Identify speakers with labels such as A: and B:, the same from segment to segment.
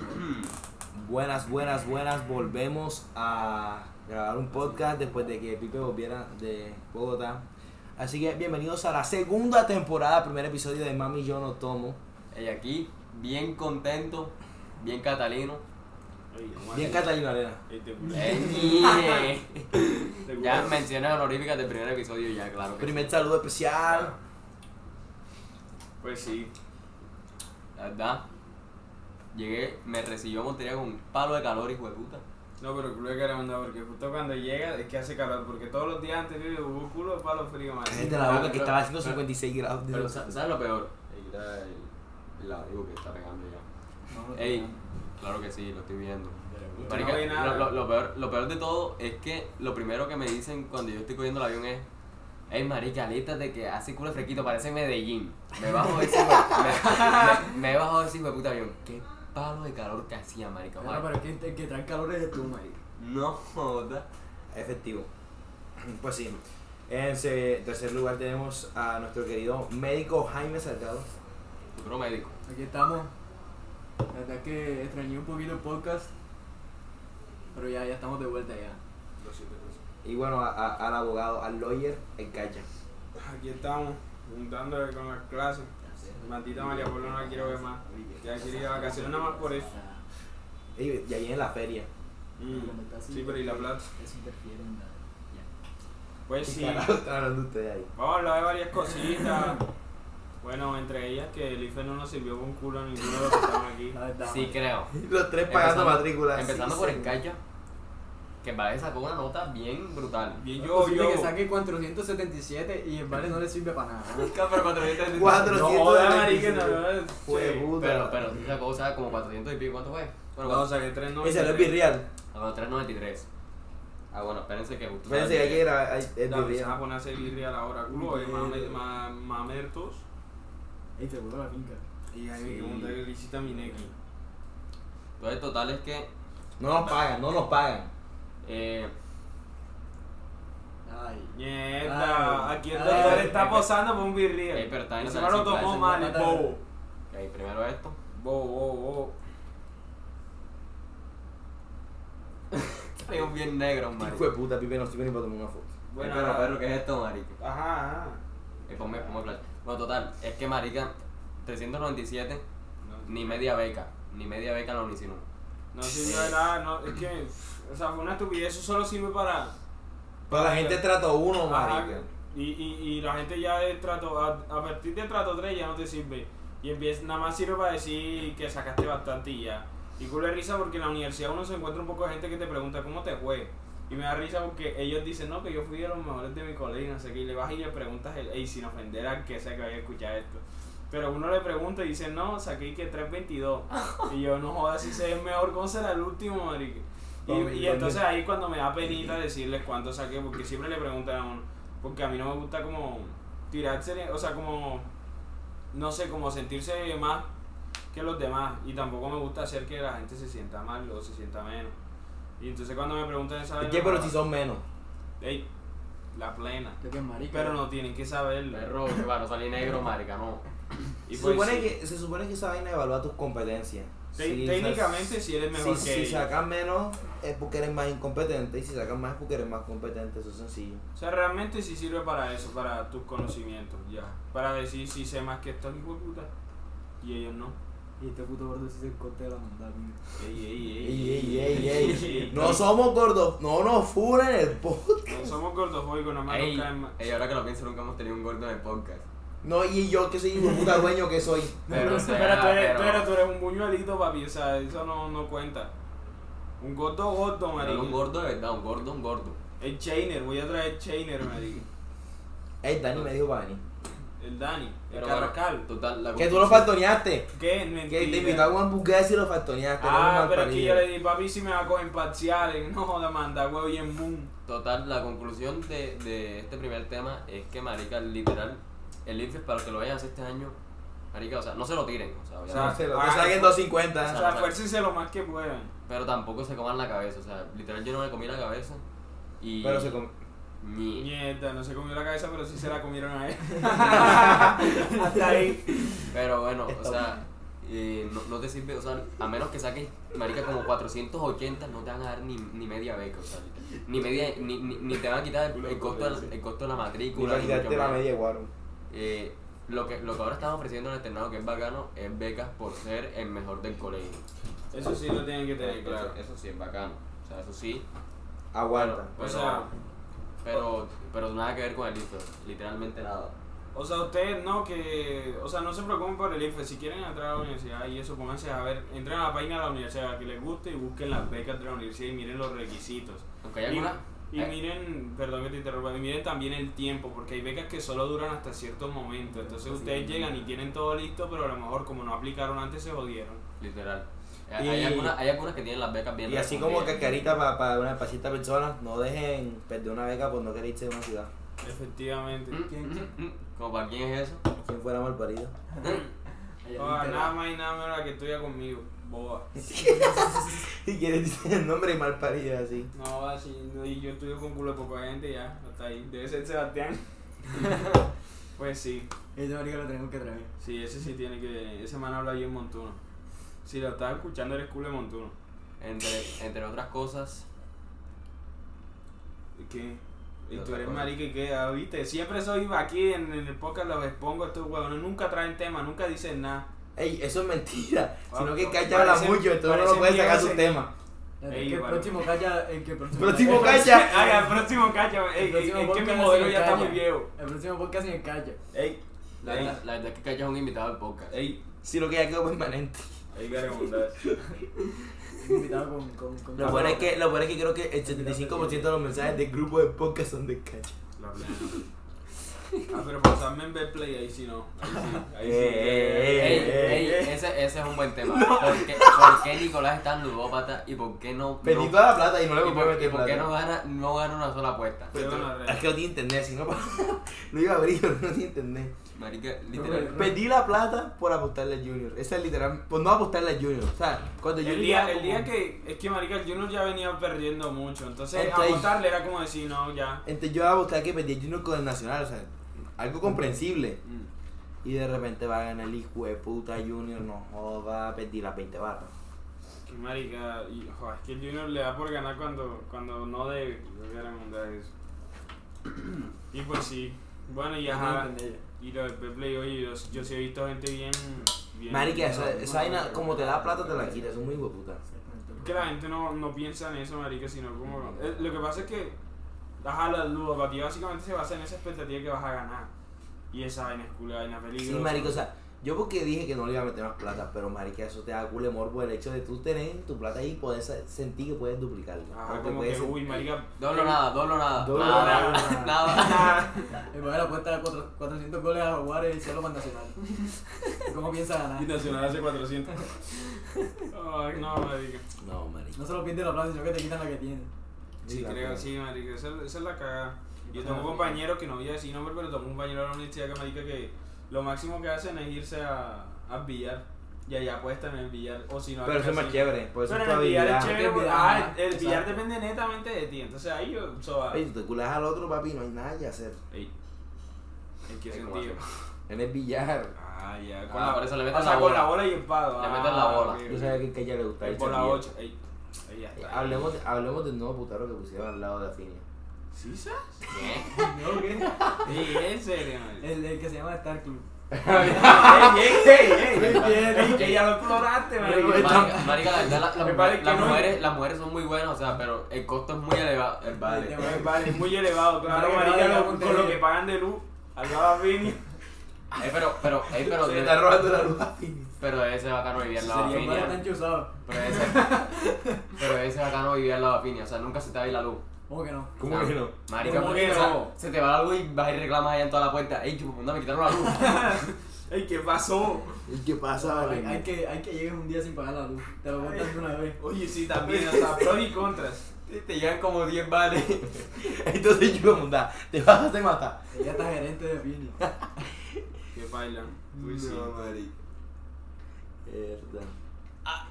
A: Mm. Buenas, buenas, buenas. Volvemos a grabar un podcast después de que Pipe volviera de Bogotá. Así que bienvenidos a la segunda temporada, primer episodio de Mami Yo No Tomo.
B: Y aquí, bien contento, bien catalino.
A: Bien Catalina Arena.
B: Eh, yeah. ya menciones honoríficas del primer episodio, ya claro. que
A: Primer saludo especial.
C: Pues sí.
B: sí. La verdad, llegué, me recibió Montería con un palo de calor, hijo de puta.
C: No, pero culo de caramanda, porque justo cuando llega es que hace calor, porque todos los días anteriores hubo culo de palo frío, man.
A: Cállate la boca que estaba haciendo 56 grados.
B: Pero, sa- ¿sabes lo peor? Ahí está el, el abrigo que está pegando ya. Ey, claro que sí, lo estoy viendo. Marica,
C: No vi nada.
B: lo, lo- lo peor, lo peor de todo es que lo primero que me dicen cuando yo estoy cogiendo el avión es Ey, marica, de que hace culo fresquito, parece Medellín. Me bajo de ese hijo- me, me, me bajo de ese hijo de puta avión. Qué palo de calor que hacía, marica.
D: Claro,
B: guay.
D: pero es que el que trae calor es tú, marica.
B: No, joda.
A: Efectivo. Pues sí. En se- tercer lugar tenemos a nuestro querido médico Jaime Salgado.
B: Puro médico.
D: Aquí estamos. La verdad es que extrañé un poquito el podcast. Pero ya, ya estamos de vuelta ya.
A: Y bueno, a- a- al abogado, al lawyer, el cacha.
C: Aquí estamos, juntándole con las clases. Maldita María Paula, no la quiero ver más. Ya quería ir a vacaciones nada más por eso.
A: Y ya viene la feria.
C: Mm, Sí, pero y la plata.
D: Eso interfiere en la...
C: Pues
A: Sí.
C: sí.
A: Carajo, están hablando ustedes ahí.
C: Vamos a hablar de varias cositas. Bueno, entre ellas que el IFE no nos sirvió con culo a ninguno de los que estaban aquí.
D: La verdad.
B: Sí,
D: marica.
B: creo.
A: Los tres
B: Empezando-
A: pagando matrículas.
B: Empezando
A: Sí,
B: por
A: sí.
B: Encacha, que Vale sacó una nota bien brutal.
C: Bien,
D: Es
C: yo,
D: posible
C: yo.
D: que saque 477 y el vale no le sirve para nada.
B: pero 400
A: Cuatro.
C: No, joda, marica, no, no.
A: Fue
C: sí.
A: puta.
B: Pero, pero sí sacó, o sea, como 400 y pico, ¿cuánto fue? Bueno,
C: No,
B: cuatro-
C: saqué tres
A: Y salió el
C: novias.
A: birrial.
B: ah, bueno, 393. Ah, bueno, espérense que justo.
A: Espérense que hay que grabar hay- el
C: La persona
A: birrial.
C: pone a hacer birria a la hora, culo, oye, mame- ma- mamertos.
D: Ey, te vuelvo a la finca.
C: Y ahí me
B: Sí.
C: pregunta que le hiciste a mi neki.
B: Entonces, total es que.
A: No nos pagan, no nos pagan.
B: Eh,
D: Ay.
C: Nieta,
D: Ay,
C: aquí
D: ay,
C: el doctor
B: ay, ay,
C: está posando por un birria.
B: ay, pero está bien,
C: Ese
B: está
C: no lo
B: bien,
C: tomó
B: está
C: mal,
D: bien.
C: el bobo.
B: ok, primero esto.
C: Bobo, bobo, bobo.
B: Hay un bien negro, marico.
A: Hijo de puta, Pipe, no estoy ni para tomar una foto.
B: Bueno,
C: Bueno,
B: pero,
C: ajá,
B: perro, ¿qué es esto, marico?
C: ajá.
B: Eh, ponme, ponme plata. Bueno, total, es que, marica, 397, ni media beca. Ni media beca en la Unicino.
C: No sirvió de nada, no, es que, o sea, fue una estupidez, eso solo sirve para...
A: Pero la gente trato uno,
C: Ajá,
A: marica.
C: y, y, y la gente ya de trato, a, a partir de trato 3 ya no te sirve. Y empieza, nada más sirve para decir que sacaste bastante y ya. Y culo de risa porque en la universidad uno se encuentra un poco de gente que te pregunta cómo te fue. Y me da risa porque ellos dicen, no, que yo fui de los mejores de mi colegio, no sé qué. Y le vas y le preguntas, el, "Ey, sin ofender al que sea que vaya a escuchar esto. Pero uno le pregunta y dice, no, saqué que 3.22. y yo, no jodas, si se ve mejor, ¿cómo será el último, marica? Y,
A: Para mí
C: y
A: también.
C: entonces ahí cuando me da penita decirles cuánto saqué, porque siempre le preguntan a uno. Porque a mí no me gusta como tirarse, o sea, como, no sé, como sentirse más que los demás. Y tampoco me gusta hacer que la gente se sienta mal o se sienta menos. Y entonces cuando me preguntan esa
A: Es
C: vaina,
A: que, pero
C: no,
A: si son menos.
C: ey, la plena.
D: Creo que es marica.
C: Pero no tienen que saberlo.
B: Perro, bueno, salí negro, marica, no.
C: Y
A: se,
C: pues
A: supone
C: sí.
A: que, se supone que esa vaina evalúa tus competencias.
C: Te-
A: Si
C: técnicamente si eres
A: sacas-
C: mejor
A: si,
C: que
A: si
C: ellos.
A: sacas menos es porque eres más incompetente y si sacas más es porque eres más competente, eso es sencillo.
C: O sea, realmente sí sirve para eso, para tus conocimientos, ya. Para decir si sé más que estos hijos de puta. Y ellos no.
D: Y este puto gordo sí se corte de la mandada, mira.
C: Ey, ey,
A: Ey, ey, ey, ey. No somos gordos, no nos furen el podcast.
C: No somos gordofóbicos, nada más
B: Ey,
C: nos caen mal.
B: ey, ahora que lo pienso, nunca hemos tenido un gordo en el podcast.
A: No, y yo que soy un puta dueño que soy.
B: Pero,
C: Pero,
B: espera,
C: tú, eres,
B: pero-
C: tú eres- tú eres un buñuelito, papi. O sea, eso no, no cuenta. Un gordo gordo,
B: Pero
C: marico.
B: un gordo de verdad, un gordo, un gordo.
C: El Chainer, voy a traer Chainer, marico.
A: Ey, Dani me dijo para venir.
C: El Dani, el
B: Pero bueno,
C: Caracal.
B: total, la
A: Que tú lo faltoneaste.
C: ¿Qué?
A: Que
C: Mentira.
A: te invitaba a una hamburguesa y lo faltoneaste. eres un
C: Ah,
A: mal
C: pero es que yo
A: parido.
C: le dije, papi, si me va a coger parciales. No, joda, manda, huevo y en boom.
B: Total, la conclusión de, de este primer tema es que, marica, literal, el IFES para los que lo vayan a hacer este año, marica, o sea, no se lo tiren, o sea, obviamente.
A: No sé, lo que
C: Ah,
A: saquen
C: O
A: 250.
C: sea, esfuércense lo más que puedan.
B: pero tampoco se coman la cabeza, o sea, literal yo no me comí la cabeza y...
A: Pero se come.
B: Ni...
C: Mierda, no se comió la cabeza, pero sí se la comieron a él. Hasta ahí.
B: Pero bueno, o
A: Está
B: sea, eh, no, no te sirve, o sea, a menos que saques, marica, como 480, no te van a dar ni, ni media beca, o sea, ni media, ni, ni, ni te van a quitar el, el costo, de la- el costo de la
A: Ni
B: matrícula,
A: para
B: ni
A: quitarte
B: mucho
A: la
B: más.
A: media, guaro.
B: Eh, lo, que, lo que ahora están ofreciendo en el internado que es bacano es becas por ser el mejor del colegio.
C: Eso sí lo tienen que tener
B: Eso-
C: claro.
B: Eso sí es bacano, o sea, eso sí,
A: Aguanta.
C: O sea,
B: pero, pero nada que ver con el listo, literalmente nada.
C: o sea, ustedes no que, o sea, no se preocupen por el IFE, si quieren entrar a la universidad y eso, pónganse a ver, entren a la página de la universidad que les guste y busquen las becas de la universidad y miren los requisitos.
B: Aunque hay
C: Y-
B: algunas...
C: Y
B: eh,
C: miren, perdón que te interrumpa, y miren también el tiempo, porque hay becas que solo duran hasta cierto momento. Entonces ustedes llegan y tienen todo listo, pero a lo mejor como no aplicaron antes se jodieron.
B: Literal. Eh,
A: Y-
B: Hay, hay algunas, hay algunas que tienen las becas bien
A: Y así como
B: respondidas.
A: cascarita para para una para cierta persona, no dejen perder una beca por no querer irse de una ciudad.
C: Efectivamente.
B: Mm, mm, mm, mm. ¿Como para quién es eso?
A: ¿Quién fuera mal parido?
D: Allá
C: Ah,
D: literal.
C: nada más y nada menos la que estudia conmigo. Boba.
A: Y quieres decir el nombre y mal parido así.
C: No, así, no, y yo estudio con culo de poca gente ya, hasta ahí. Debe ser Sebastián. pues sí,
D: Ese Este marica lo tenemos que traer.
C: sí, ese sí tiene que. Ese man habla bien montuno. Si lo estás escuchando, eres culo de montuno.
B: Entre, entre otras cosas,
C: ¿Y ¿Qué? Y
B: Yo
C: tú eres
B: recuerdo.
C: marica y qué, ah, viste. Siempre soy aquí en, en el podcast, los expongo a estos huevones. Nunca traen tema, nunca dicen nada.
A: Ey, eso es mentira.
C: Ah,
A: Sino que
C: no,
A: Cacha habla
C: parece-
A: mucho, entonces no
C: parece
A: puede sacar
C: miedo,
A: su
C: sí.
A: tema.
D: El
C: Ey,
D: que el
C: vale.
D: próximo calla, el que próximo
A: Próximo
D: calla-
A: calla.
C: Ay, al próximo cacho, ey,
D: El
C: ey,
D: próximo
C: es que mi
D: podcast
C: modelo
D: se
C: ya está
D: calla.
C: muy viejo.
D: El próximo podcast sin el calla.
C: Ey,
B: la,
C: ey,
B: la- la verdad es que Cacha es un invitado al podcast.
C: ey,
A: Sino que ya quedó permanente.
C: ey, Garabundaz.
D: Invitado con. con, con
A: Lo bueno es que, lo bueno es que creo que el 75% de los mensajes del grupo de podcast son de Cacha.
C: La plena. Ah, pero pasarme en Betplay, ahí sí no. Ahí sí, ahí sí.
A: Eh,
B: Ey,
A: eh,
B: ey,
A: eh.
B: ese, ese es un buen tema. ¿Por, qué, por qué Nicolás es tan ludópata y por qué no, no-
A: Perdí toda la plata y no
B: y
A: le
B: por,
A: puedo
B: y
A: meter
B: por qué no
A: plata. Pues
B: gana, no gana una sola apuesta?
C: Pero bueno,
A: Es que no tiene internet, si no, no iba a abrir, no tiene internet.
B: Marica,
D: No,
B: literal.
A: Perdí la plata por apostarle a Junior. Esa es literal. Por no apostarle a Junior. O sea, cuando yo
C: El día,
A: llegaba
C: el
A: como-
C: día que, es que Marica, el Junior ya venía perdiendo mucho, entonces
A: Entonces-
C: apostarle era como decir, no, ya.
A: Entonces yo iba a apostar que perdí a Junior con el Nacional. O sea, algo comprensible.
B: Mm.
A: Y de repente va a ganar el hijo de puta Junior. No joda, perdí las 20 barras.
C: Que Marica, y, jo, es que el Junior le da por ganar cuando, cuando no debe. Yo quiero mandar eso. Y pues sí, bueno, y ajá. Y lo del Betplay, oye, yo, yo sí he visto gente bien. bien
A: Marica, esa,
D: no,
A: esa
D: no,
A: vaina,
D: no, no,
A: como te
D: no,
A: da plata, te
D: no,
A: la
D: no,
A: quitas. Es
D: no,
A: muy hijo de puta.
C: Es que la gente no, no piensa en eso, marica, sino como... eh, lo que pasa es que... Ajá, la ludopatía básicamente se basa en esa expectativa que vas a ganar. Y esa vaina es culo, vaina
A: Sí,
C: peligrosa.
A: marica, o sea, yo porque dije que no le iba a meter más plata, pero marica, eso te da culo de morbo el hecho de tú tener tu plata ahí y poder sa- sentir que puedes duplicarla.
C: Ajá,
A: O que
C: Ah, como
A: puedes
C: que,
A: sen-
C: uy, marica...
B: Doble o nada, doble o nada.
A: Doble o
B: nada,
C: nada.
B: nada.
D: El poder apuesta a cuatro- 400 goles a Jaguares y solo para Nacional. ¿Cómo piensa
C: Y
D: ganar?
C: Nacional hace 400. Ay, no, marica.
A: No, marica.
D: No solo pierde la plaza, sino que te quitan la que tiene.
C: Sí,
A: la
C: creo,
A: verdad.
C: sí, marica. Esa, esa es la cagada. Yo
D: Esa
C: tengo
D: es
C: un
D: la
C: compañero que no voy a decir nombre, pero tengo un compañero de la universidad que marica que... Lo máximo que hacen es irse a, a billar. Y allá apuestan en el billar. O si no...
A: Pero eso es
C: acá
A: más
C: sí.
A: chévere, por eso es
C: Pero
A: tu
C: el billar
A: habilidad.
C: es chévere, porque-
D: Porque el billar,
C: ah,
D: ajá,
C: el billar
D: exacto.
C: depende netamente de ti, entonces ahí yo, so, ah,
A: Oye, tú te culas al otro, papi, no hay nada que hacer.
C: ey. ¿En qué
B: Ey, ¿cómo
C: sentido?
A: En el billar.
C: Ah, ya,
B: Ah, por eso le meten
C: o
B: la
C: sea, con
B: bola.
C: la bola y el pado.
B: Le
C: ah,
B: meten la bola.
C: ok,
A: Yo sabía que a ella le gustaba
C: Ey,
A: el
C: por la
A: chapié.
C: 8, ey. Ey, ya
A: Eh,
C: está.
A: Hablemos, de- hablemos del nuevo putaro que pusieron al lado de Afinia.
C: ¿Sí, sa?
B: ¿Qué?
D: ¿No? ¿Qué?
C: Ey, en serio, marica.
D: El, el que se llama Star Club.
C: Ey, ey, ey, ey,
D: Muy bien.
C: ey, que ya lo exploraste, marica.
B: Marica, marica, la verdad, la- la-
C: Me parece que
B: las,
C: no.
B: mujeres, las mujeres son muy buenas, o sea, pero el costo es muy elevado. El
D: El
B: vale.
D: tema-
C: Eh, Vale, es muy elevado, claro,
D: Marica,
C: marica,
D: no,
C: lo-
D: no, no,
C: con lo
D: no.
C: que pagan de luz, al lado de Vini.
B: Eh, pero, pero, eh, pero,
A: Se
B: de-
A: está robando la luz a Afinia.
B: pero debe ser bacano vivir al lado de
D: Sería el
B: Afinia.
D: más tan chuzado.
B: Pero debe ser, pero debe ser bacano vivir al lado de Afinia, o sea, nunca se te va a ir la luz.
D: ¿Cómo que no?
A: ¿Cómo
B: Ah,
A: que no?
B: Marica,
C: ¿Cómo
B: porque,
C: que
B: o sea,
C: no?
B: se te va la luz y vas y reclamas allá en toda la puerta. Ey, chupapunda, me quitaron la luz.
C: Ey, ¿qué pasó?
A: ¿Y qué pasa,
D: Ah, No, hay,
A: vale?
D: hay que, hay que llegues un día sin pagar la luz. Te lo cuentas de una vez.
C: Oye, sí, también, o sea, pros y contras.
B: Te, te llegan como 10 vales.
A: Entonces yo como da, te vas a te matar.
D: Ya está gerente de Fini.
C: Que bailan. Uy, sí.
A: Mierda.
B: Ah,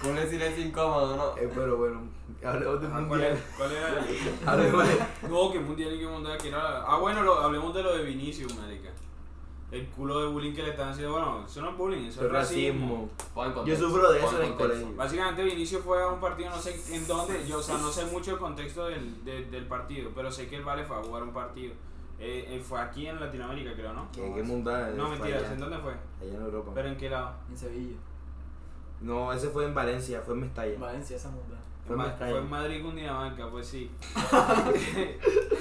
B: con un silencio incómodo, ¿no?
A: Eh, pero bueno, hablemos del
C: Ah, ¿Cuál era?
A: mundial.
C: ¿Cuál era?
A: Hablemos de-
C: No, que mundial hay que montar que era. Ah, bueno, lo- hablemos de lo de Vinicius, marica. el culo de bullying que le están haciendo. Bueno, eso no es bullying, eso es
A: El
C: racismo.
A: racismo.
B: Pon en
A: Yo
B: contexto,
A: sufro de
B: pon
A: eso en el
B: contexto.
A: colegio.
C: Básicamente Vinicius fue a un partido, no sé en dónde, yo, o sea, no sé mucho el contexto del, de- del partido, pero sé que el Vale fue a jugar un partido. Eh, eh, fue aquí en Latinoamérica, creo, ¿no?
A: ¿Qué, qué mundada.
C: No,
A: fue
C: mentiras,
A: allá.
C: ¿en dónde fue?
A: Allá en Europa.
C: ¿Pero en qué lado?
D: En Sevilla.
A: No, ese fue en Valencia, fue en Mestalla.
D: Valencia, esa montaña.
A: Fue
C: En Ma-
A: más
C: fue
A: calle.
C: en Madrid, Cundinamarca, pues sí.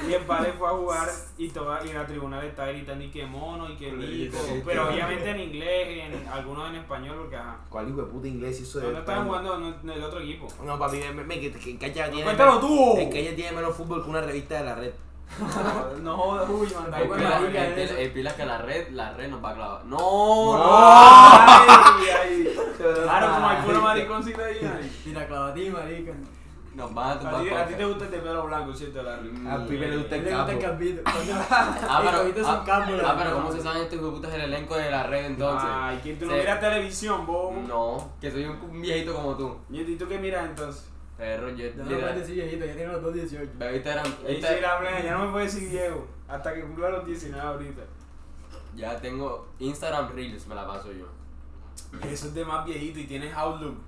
C: y el padre fue a jugar y, toda, y en la tribuna le está gritando y que mono y que
D: Sí,
C: lico.
D: sí,
C: Pero
D: sí.
C: obviamente en inglés, en algunos en español, porque ajá.
A: ¿Cuál hijo de puta inglés hizo
C: No,
A: de
C: no estaban
A: España?
C: jugando en en el otro equipo.
A: No, papi, me, me- me- que, que, que ella tiene.
C: ¡Cuéntalo tú!
A: Es que ella tiene menos fútbol que una revista de la red.
D: No jodas, uy, manda
B: El
D: igual
B: pila-
D: marica.
B: el-
D: eres.
B: el- el pila que la red, la red nos va a clavar. ¡No!
C: ¡Ay, ay! Claro, como el culo mariconcito ahí. ay.
D: Tira clava a ti, marica.
B: Nos van a
C: A
B: tumbar
C: ti, a ti te
B: podcast.
C: gusta el de pelo blanco, ¿cierto? La
A: A ti me gusta
D: Te
A: el
D: le gusta el
A: capo.
D: campito.
B: Ah, pero,
D: Ahorita es
B: ah,
D: un campo, la
B: ah, pero
D: verdad.
B: ¿cómo se saben estos putas el elenco de la red entonces?
C: Ay, que tú no
B: Se-
C: miras televisión, vos.
B: No, que soy un, un viejito como tú.
C: ¿Y tú qué miras entonces?
B: Perro, yo.
D: Ya no
B: literal-
D: puedes decir viejito, ya tiene los dos 18.
B: Pero ahorita eran-
C: Ahí
B: ahorita-
C: sí la plena, ya no me puedo decir Diego. Hasta que cumpla los 19 ahorita.
B: ya tengo Instagram Reels, me la paso yo.
C: Eso es de más viejito y tienes Outlook,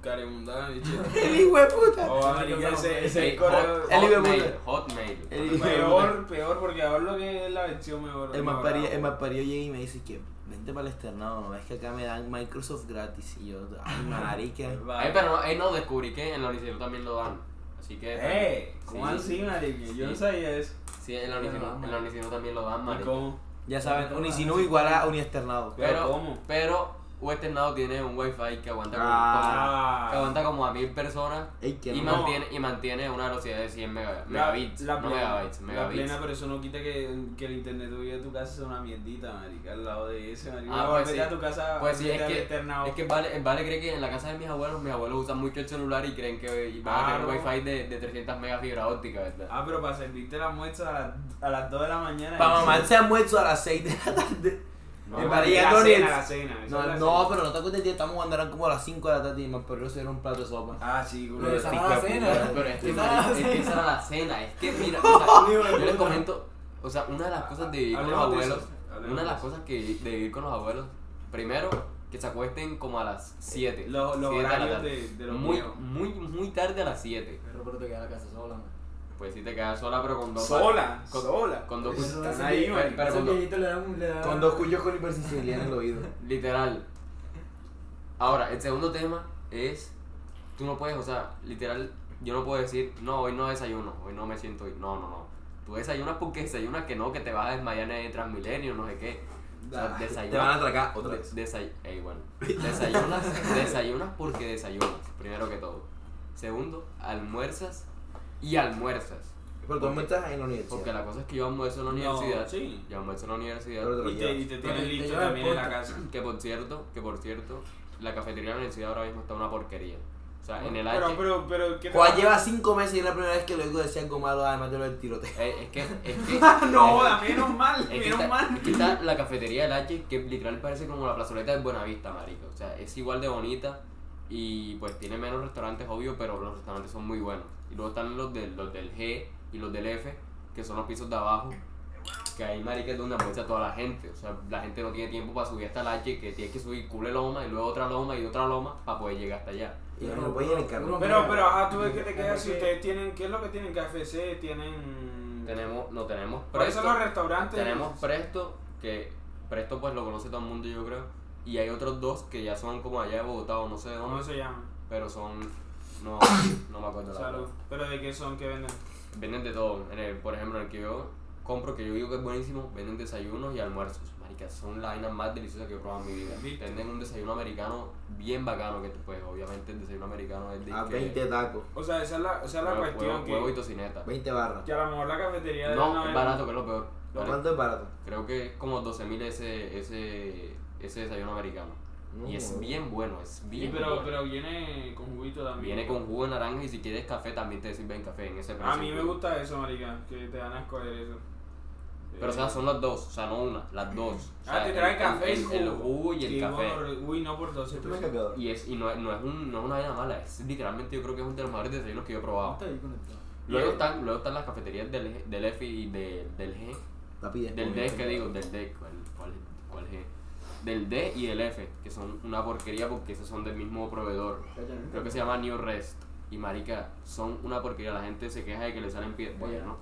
C: caremunda,
A: El hijo de puta.
B: Oh,
C: O América, ese, ese
B: Ey,
C: correo.
B: hot-
A: El hijo de
B: Hotmail, Hotmail.
A: El hijo de puta.
C: Peor, peor, porque ahora lo que es la versión mejor.
A: El más
C: mejorada.
A: parido- el más parido llega y me dice que vente para el externado, no es que acá me dan Microsoft gratis y yo, ay marica.
C: Va.
B: Ay, pero no, ahí no descubrí que en la universidad también lo dan. Así que.
C: ¡Eh! ¿Cómo
B: Sí.
C: así, marica? Yo no
B: Sí.
C: sabía eso.
B: Sí, en la
D: Pero,
B: universidad, en la universidad también lo dan,
C: ¿Y
B: marica.
C: cómo?
A: Ya saben, Unisinu igual a Uniexternado.
C: ¿Pero
B: Pero,
C: cómo?
B: pero Western Now tiene un wifi que aguanta como,
A: Ah.
B: que aguanta como a mil personas
A: Ey, que
B: y,
A: no.
B: mantiene, y mantiene una velocidad de 100 mega-
C: La-
B: megabits.
C: la
B: no
C: plena,
B: megabytes,
C: la
B: megabits.
C: plena, pero eso no quita que, que el internet tuyo de tu casa sea una mierdita, marica, al lado de ese, marica.
B: Ah,
C: Ah,
B: pues sí.
C: a tu casa,
B: Pues sí, es
C: vete al
B: que,
C: externado.
B: es que vale, el vale cree que en la casa de mis abuelos, mis abuelos usan mucho el celular y creen que y van a tener
C: Claro.
B: wifi de, de 300 mega fibra óptica, ¿verdad?
C: Ah, pero para servirte la muestra a, las- a las 2 de la mañana.
A: Para
C: y-
A: mamarse a muerto a las 6 de la tarde.
C: No,
A: en
C: la
A: María
C: cena,
A: Gloria.
C: la cena, eso es
A: No,
C: la
A: no,
C: cena.
A: pero no te acuerdas, tío, estamos cuando eran como a las 5 de la tarde y más pero eso era un plato de sopa.
C: Ah, sí,
D: Lo
C: güey.
D: de
A: Pica
D: Sara la
A: puta,
D: cena.
B: Pero este es que
D: Esa era la
B: marica, es que
D: cena.
B: esa era la cena, es que mira, o sea,
D: Hijo de
B: yo les
D: puta.
B: comento, o sea, una de las cosas de vivir con los
C: Hablemos de eso,
B: abuelos,
C: hablemos
B: una de
C: de
B: las
C: eso.
B: cosas que de vivir con los abuelos, primero, que se acuesten como a las
D: ¿eh?
B: 7.
C: Los, los
B: siete de la
C: horarios
B: tarde.
C: de, de los
B: muy,
C: míos.
B: muy, muy tarde a las 7.
D: Pero pero te queda la casa sola, man.
B: Pues si te quedas sola, pero con dos
C: Sola,
B: con-
C: sola.
B: con dos
D: Eso-
B: con-
D: eso-
C: ahí,
D: ese
B: pero- pero con dos-
D: viejito le da un- le da-
A: Con dos cuyos con hipersensibilidad en el oído.
B: Literal. Ahora, el segundo tema es. Tú no puedes, o sea, literal, yo no puedo decir, no, hoy no desayuno, hoy no me siento. hoy". No, no, no. Tú desayunas porque desayunas que no, que te vas a desmayar en el Transmilenio, no sé qué.
A: Ah,
B: O sea,
A: Te van a
B: desayunas.
A: atracar otra vez.
B: de- desay- ey, bueno. Desayunas, desayunas porque desayunas, primero que todo. Segundo, almuerzas y almuerzas.
A: Pero tú aumentas en la
B: Porque
A: universidad.
B: la cosa es que yo almuerzo en la
C: No,
B: universidad.
C: sí.
B: Yo almuerzo en la universidad.
A: Pero te lo
C: Y te, y
A: llevas.
C: te
D: Pero
C: tienen
D: te
C: listo
D: lleva
C: también en la
D: puta.
C: casa.
B: Que por cierto, que por cierto, la cafetería de la universidad ahora mismo está una porquería. O sea, en el año.
C: Pero, pero, pero, ¿qué
A: Juan lleva 5 meses y es la primera vez que lo oigo decir algo malo, además de lo del tiroteo.
B: eh, es que. Es que
C: No,
B: es-
C: joda, menos mal,
B: es que
C: menos
B: está-
C: mal.
B: es que está la cafetería del H, que literal parece como la plazoleta de Buenavista, marico. O sea, es igual de bonita y pues tiene menos restaurantes, obvio, pero los restaurantes son muy buenos. Y luego están los, del- los del G y los del F, que son los pisos de abajo. Que ahí, marica, es donde aprovecha toda la gente. O sea, la gente no tiene tiempo para subir hasta el H, que tienes que subir cule loma y luego otra loma y otra loma para poder llegar hasta allá.
A: Y no lo puedes ir en el carro.
C: Pero, pero, ajá, tú ves que te
D: Porque-
C: quedas si ustedes tienen, ¿qué es lo que tienen? KFC, tienen...
B: Tenemos, no tenemos
C: ¿Cuáles son
B: Presto.
C: los restaurantes?
B: Tenemos Presto, que Presto pues lo conoce todo el mundo yo creo. Y hay otros dos que ya son como allá de Bogotá o no sé de
C: ¿Cómo
B: dónde,
C: se llaman?
B: pero son... No, no me acuerdo la
C: Salud.
B: verdad.
C: ¿Pero de qué son? ¿Qué venden?
B: Venden de todo. En el- por ejemplo, en el que yo compro, que yo digo que es buenísimo, venden desayunos y almuerzos. Marica, son las vainas más deliciosas que he probado en mi vida.
C: Viste.
B: Venden un desayuno americano bien bacano que tú puedes. Obviamente el desayuno americano es de...
A: A
B: que-
A: 20 tacos,
C: O sea, esa es la, esa es la
B: huevo,
C: cuestión
B: huevo- huevo y
C: que,
B: tocineta.
A: 20 barras.
C: que a lo mejor la cafetería de
B: No,
C: una
B: es
C: vez-
B: barato, que es lo peor.
A: ¿Lo
B: Vale.
A: ¿Cuánto es barato?
B: Creo que es como 12.000 ese, ese, ese desayuno americano.
A: No,
B: y es
A: bro.
B: bien bueno, es
C: Sí,
B: bien
C: pero,
B: bueno.
C: pero viene con juguito también.
B: Viene con jugo de naranja y si quieres café también te sirven café en ese precio.
C: A mí me gusta eso, marica, que te dan a escoger eso. Eh,
B: Pero o sea, son las dos, o sea, no una, las dos. O sea,
C: Ah, te
B: el-
C: traen
B: el-
C: café y
B: el,
C: jugo.
B: el jugo y el
C: Sí,
B: café.
C: bueno, uy, no por 12
A: ¿Tú me has
C: pesos.
A: cagado?
B: Y, es, y no, es- no es un, no es una vaina mala, es literalmente yo creo que es uno de los mejores desayunos que yo he
D: No
B: probado.
D: está ahí conectado.
B: Luego están, luego están las cafeterías del, del F y de- del G,
A: La pides.
B: del DEC, que digo, del DEC, ¿cuál, cuál, ¿Cuál es? Del D y del F, que son una porquería porque esos son del mismo proveedor. Creo que se llama New Rest. Y marica, son una porquería. La gente se queja de que le salen piedras. Bueno, no.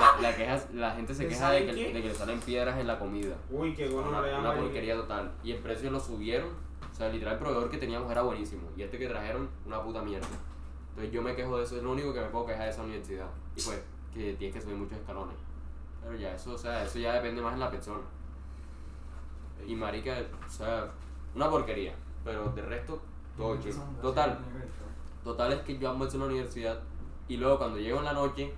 B: La, la queja- la gente se
C: ¿Le
B: queja de que,
C: salen qué?
B: de que le salen piedras en la comida.
C: Uy, qué bueno
B: Una,
C: le
B: una porquería total. Y el precio lo subieron. O sea, literal, el proveedor que teníamos era buenísimo. Y este que trajeron, una puta mierda. Entonces yo me quejo de eso. Es lo único que me puedo quejar de esa universidad. Y pues, que tienes que subir muchos escalones. Pero ya, eso, o sea, eso ya depende más de la persona. Y marica, o sea, una porquería. Pero de resto, todo chido. Total, Total es que yo almuerzo en la universidad y luego cuando llego en la noche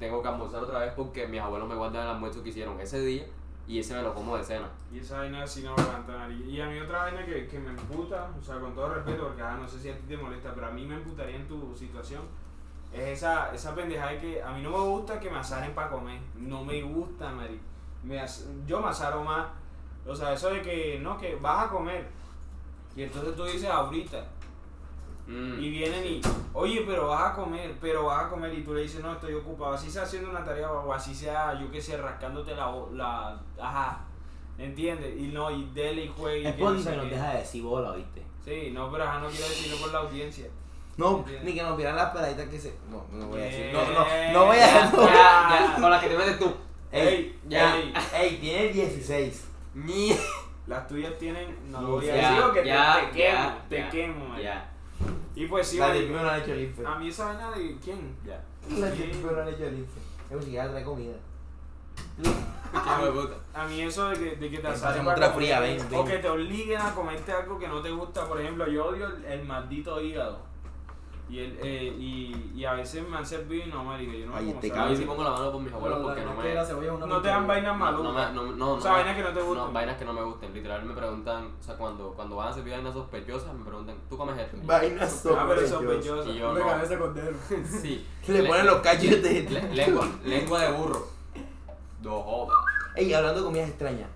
B: tengo que almorzar otra vez porque mis abuelos me guardan el almuerzo que hicieron ese día y ese me lo como de cena.
C: Y esa vaina sí no aguanta Y a mí otra vaina que, que me emputa, o sea, con todo respeto, porque ah, no sé si a ti te molesta, pero a mí me emputaría en tu situación, es esa, esa pendejada de que a mí no me gusta que me asaren para comer. No me gusta, Mari. Me as- yo me asaro más. O sea, eso de que no, que vas a comer. Y entonces tú dices ahorita.
B: Mm.
C: Y vienen y, oye, pero vas a comer, pero vas a comer. Y tú le dices, no, estoy ocupado. Así sea haciendo una tarea o así sea, yo qué sé, rascándote la. bo- la ajá. ¿Entiendes? Y no, y dele y juegue. y que no sé
A: Spotify nos
C: qué.
A: deja de decir bola, ¿viste?
C: Sí, no, pero ajá, no quiero decirlo por la audiencia.
A: No,
C: Entiendo.
A: ni que nos vieran las peladitas que se. No, no voy a decir.
C: Eh,
A: No, no, no voy a.
B: Ya,
A: no.
B: ya, ya, con las que te metes tú.
A: Ey,
B: ya.
C: ey,
A: ey, tiene 16.
B: Ni.
C: las tuyas tienen. No
A: Sí,
C: lo voy a
A: ya,
C: decir porque te-
B: ya,
C: te,
B: ya,
C: quemo, te
B: ya,
C: quemo, man.
B: Ya,
C: Y pues sí,
A: La de
C: marico,
A: primero la han hecho el infe.
C: a mí esa vaina de quién.
B: ya.
A: La de
C: Sí.
A: primero la han hecho el infe. Es ni siquiera trae comida.
B: Hijo de puta.
C: A mí eso de que, de que te
A: Pasamos
C: asaren para
A: otra
C: comer,
A: fría, ven, ven.
C: O que te obliguen a comerte algo que no te gusta. Por ejemplo, yo odio el, el maldito hígado. Y, el, eh, y, y a veces me han servido y no, marico, yo no me
A: Ay,
C: como
A: te
C: esa
B: A mí
A: cabe.
B: sí pongo la mano por mis abuelos porque no me.
C: vaina. No te dan vainas
B: No, no,
C: malucas.
B: me- no, no,
C: O sea,
B: no,
C: vainas que no te gusten.
B: vainas que no me gusten. Literal me preguntan, o sea, cuando, cuando van a servir vainas sospechosas, me preguntan, ¿tú comes esto?
A: Vainas
C: ah, pero
A: sospechosas.
C: sospechosa.
B: Y yo
D: Una
B: no.
D: cabeza con dedo.
B: Sí.
A: Le ponen los cachos de.
B: Le- lengua, lengua de burro. Dos ojos.
A: Ey, hablando de comidas extrañas.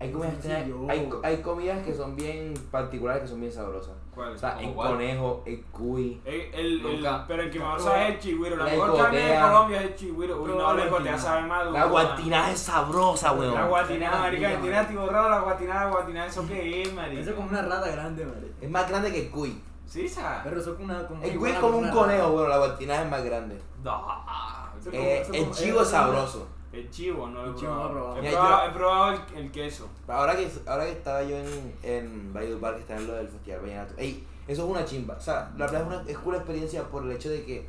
A: Hay comidas
D: Sí,
A: extrañas.
D: yo.
A: Hay, hay comidas que son bien particulares, que son bien sabrosas.
C: ¿Cuál?
A: O sea,
B: Como
A: el
B: cuál.
A: conejo, el cuy.
C: Eh, el, el,
B: Nunca.
C: pero el que más sabe es el chigüiro. La
A: La
C: mejor carne de
A: ecotea.
C: Colombia es el chigüiro. Uy,
D: Pero
C: no,
D: la
C: la ecotea
D: guatina.
C: sabe mal.
A: La
C: weón.
A: guatina es sabrosa, weón.
C: La guatinada,
D: La
C: marica, que
D: guatina,
C: tiene
D: marica.
C: atiborrado la guatinada, la guatinada, ¿eso qué es,
D: Eso es
C: marica?
D: como una rata grande, madre.
A: Es más grande que el cuy.
C: Sí, sabe.
D: Pero eso es como una. Como
A: El
D: una
A: cuy es
D: iguana,
A: como un
D: una
A: conejo,
D: rata.
A: bueno, la guatina es más grande.
C: Da.
D: Eso es como-
A: Eh,
D: eso es
A: el
D: como-
A: chivo es
D: eso es como-
A: sabroso.
C: El chivo, no lo he
D: El chivo no lo he
C: probado.
D: probado.
C: He
A: Mira,
C: probado,
A: yo-
C: he probado el, el queso.
A: Ahora que, ahora que estaba yo en, en Valledupar, que está en lo del Festival Vallenato, ey, eso es una chimba. O sea, la verdad es una, es una experiencia por el hecho de que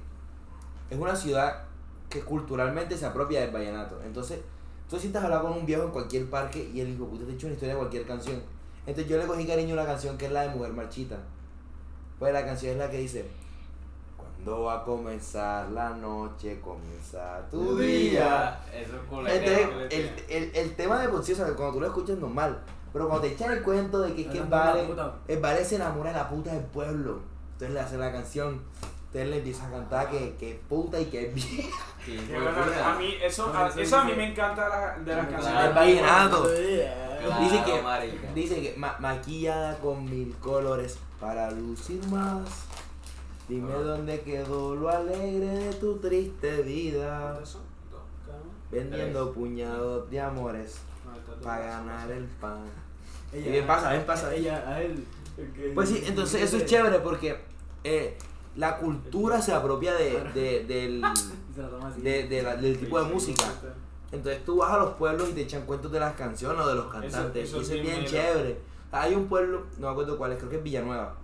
A: es una ciudad que culturalmente se apropia del Vallenato. Entonces, tú sientas a hablar con un viejo en cualquier parque y el hijo puta te echa una historia de cualquier canción. Entonces, yo le cogí cariño a una canción que es la de Mujer Marchita. Pues la canción es la que dice: Cuando va a comenzar la noche, comienza tu día.
B: Eso es
C: Este,
A: Entonces,
B: coletero.
A: el, el, el tema de por sí, o sea, cuando tú lo escuchas normal, pero cuando te echan el cuento de que es que el
D: Hablando de la
A: vale,
D: puta.
A: el vale se enamora de la puta del pueblo, entonces le hace la canción, entonces le empieza a cantar que, que es puta y que es bien.
B: Sí, hijo
C: Qué
B: de
C: bueno,
B: puta.
C: a mí, eso,
D: No,
C: a,
D: eso
C: eso a mí
D: dice-
C: me encanta de la- de las
D: Claro.
A: El
C: canciones.
A: vallenato.
D: Yeah.
B: Claro,
A: Dice que-
B: marica.
A: Dice que ma- maquillada con mil colores para lucir más. Dime
B: Ah.
A: dónde quedó lo alegre de tu triste vida.
C: ¿Cuántas son? Dos, cada uno.
A: Vendiendo puñados de amores
C: No, estas dos
A: para
C: son-
A: ganar el pan.
D: Ella-
A: ¿Y qué pasa? Ven, pasa.
D: Ella, a él. el que-
A: Pues sí, entonces eso es chévere porque eh, la cultura se apropia de, de- del,
D: Y se la toma así.
A: de- de la- del tipo de música. Entonces tú vas a los pueblos y te echan cuentos de las canciones o de los cantantes.
C: eso
A: y eso
C: sí
A: es bien
C: mero.
A: chévere. Hay un pueblo, no me acuerdo cuál es, creo que es Villanueva.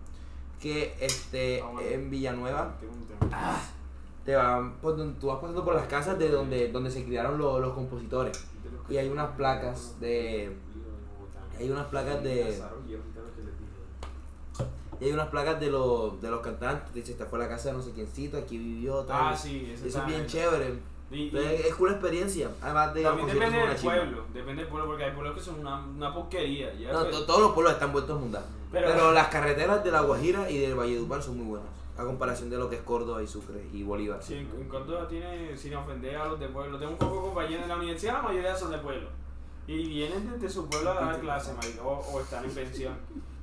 A: Que este,
C: Ah, bueno.
A: en Villanueva
C: Tengo un tema.
A: te van, por donde- tú vas pasando por las casas de donde, donde se criaron lo- los compositores. Y hay unas placas de- Hay unas placas de, y hay unas placas de los, de los cantantes. Dice, esta fue la casa de no sé quiéncito, aquí vivió, tal.
C: Ah, sí, eso
A: Eso es bien
C: también.
A: chévere.
C: Y- y-
A: Entonces, es cool experiencia. Además de
C: También
A: conciertos
C: depende
A: son
C: del
A: chimba.
C: pueblo, depende del pueblo, porque hay pueblos que son una, una porquería. ya,
A: No,
C: pues.
A: to- todos los pueblos están vueltos mundanos.
C: Pero-
A: Pero, las carreteras de La Guajira y del Valledupar son muy buenas. A comparación de lo que es Córdoba y Sucre y Bolívar.
C: Sí, en, en Córdoba tiene, sin ofender a los de pueblo, tengo un poco de compañeros en la universidad, la mayoría son de pueblo. Y vienen desde su pueblo a dar clases, marico, o, o están en pensión.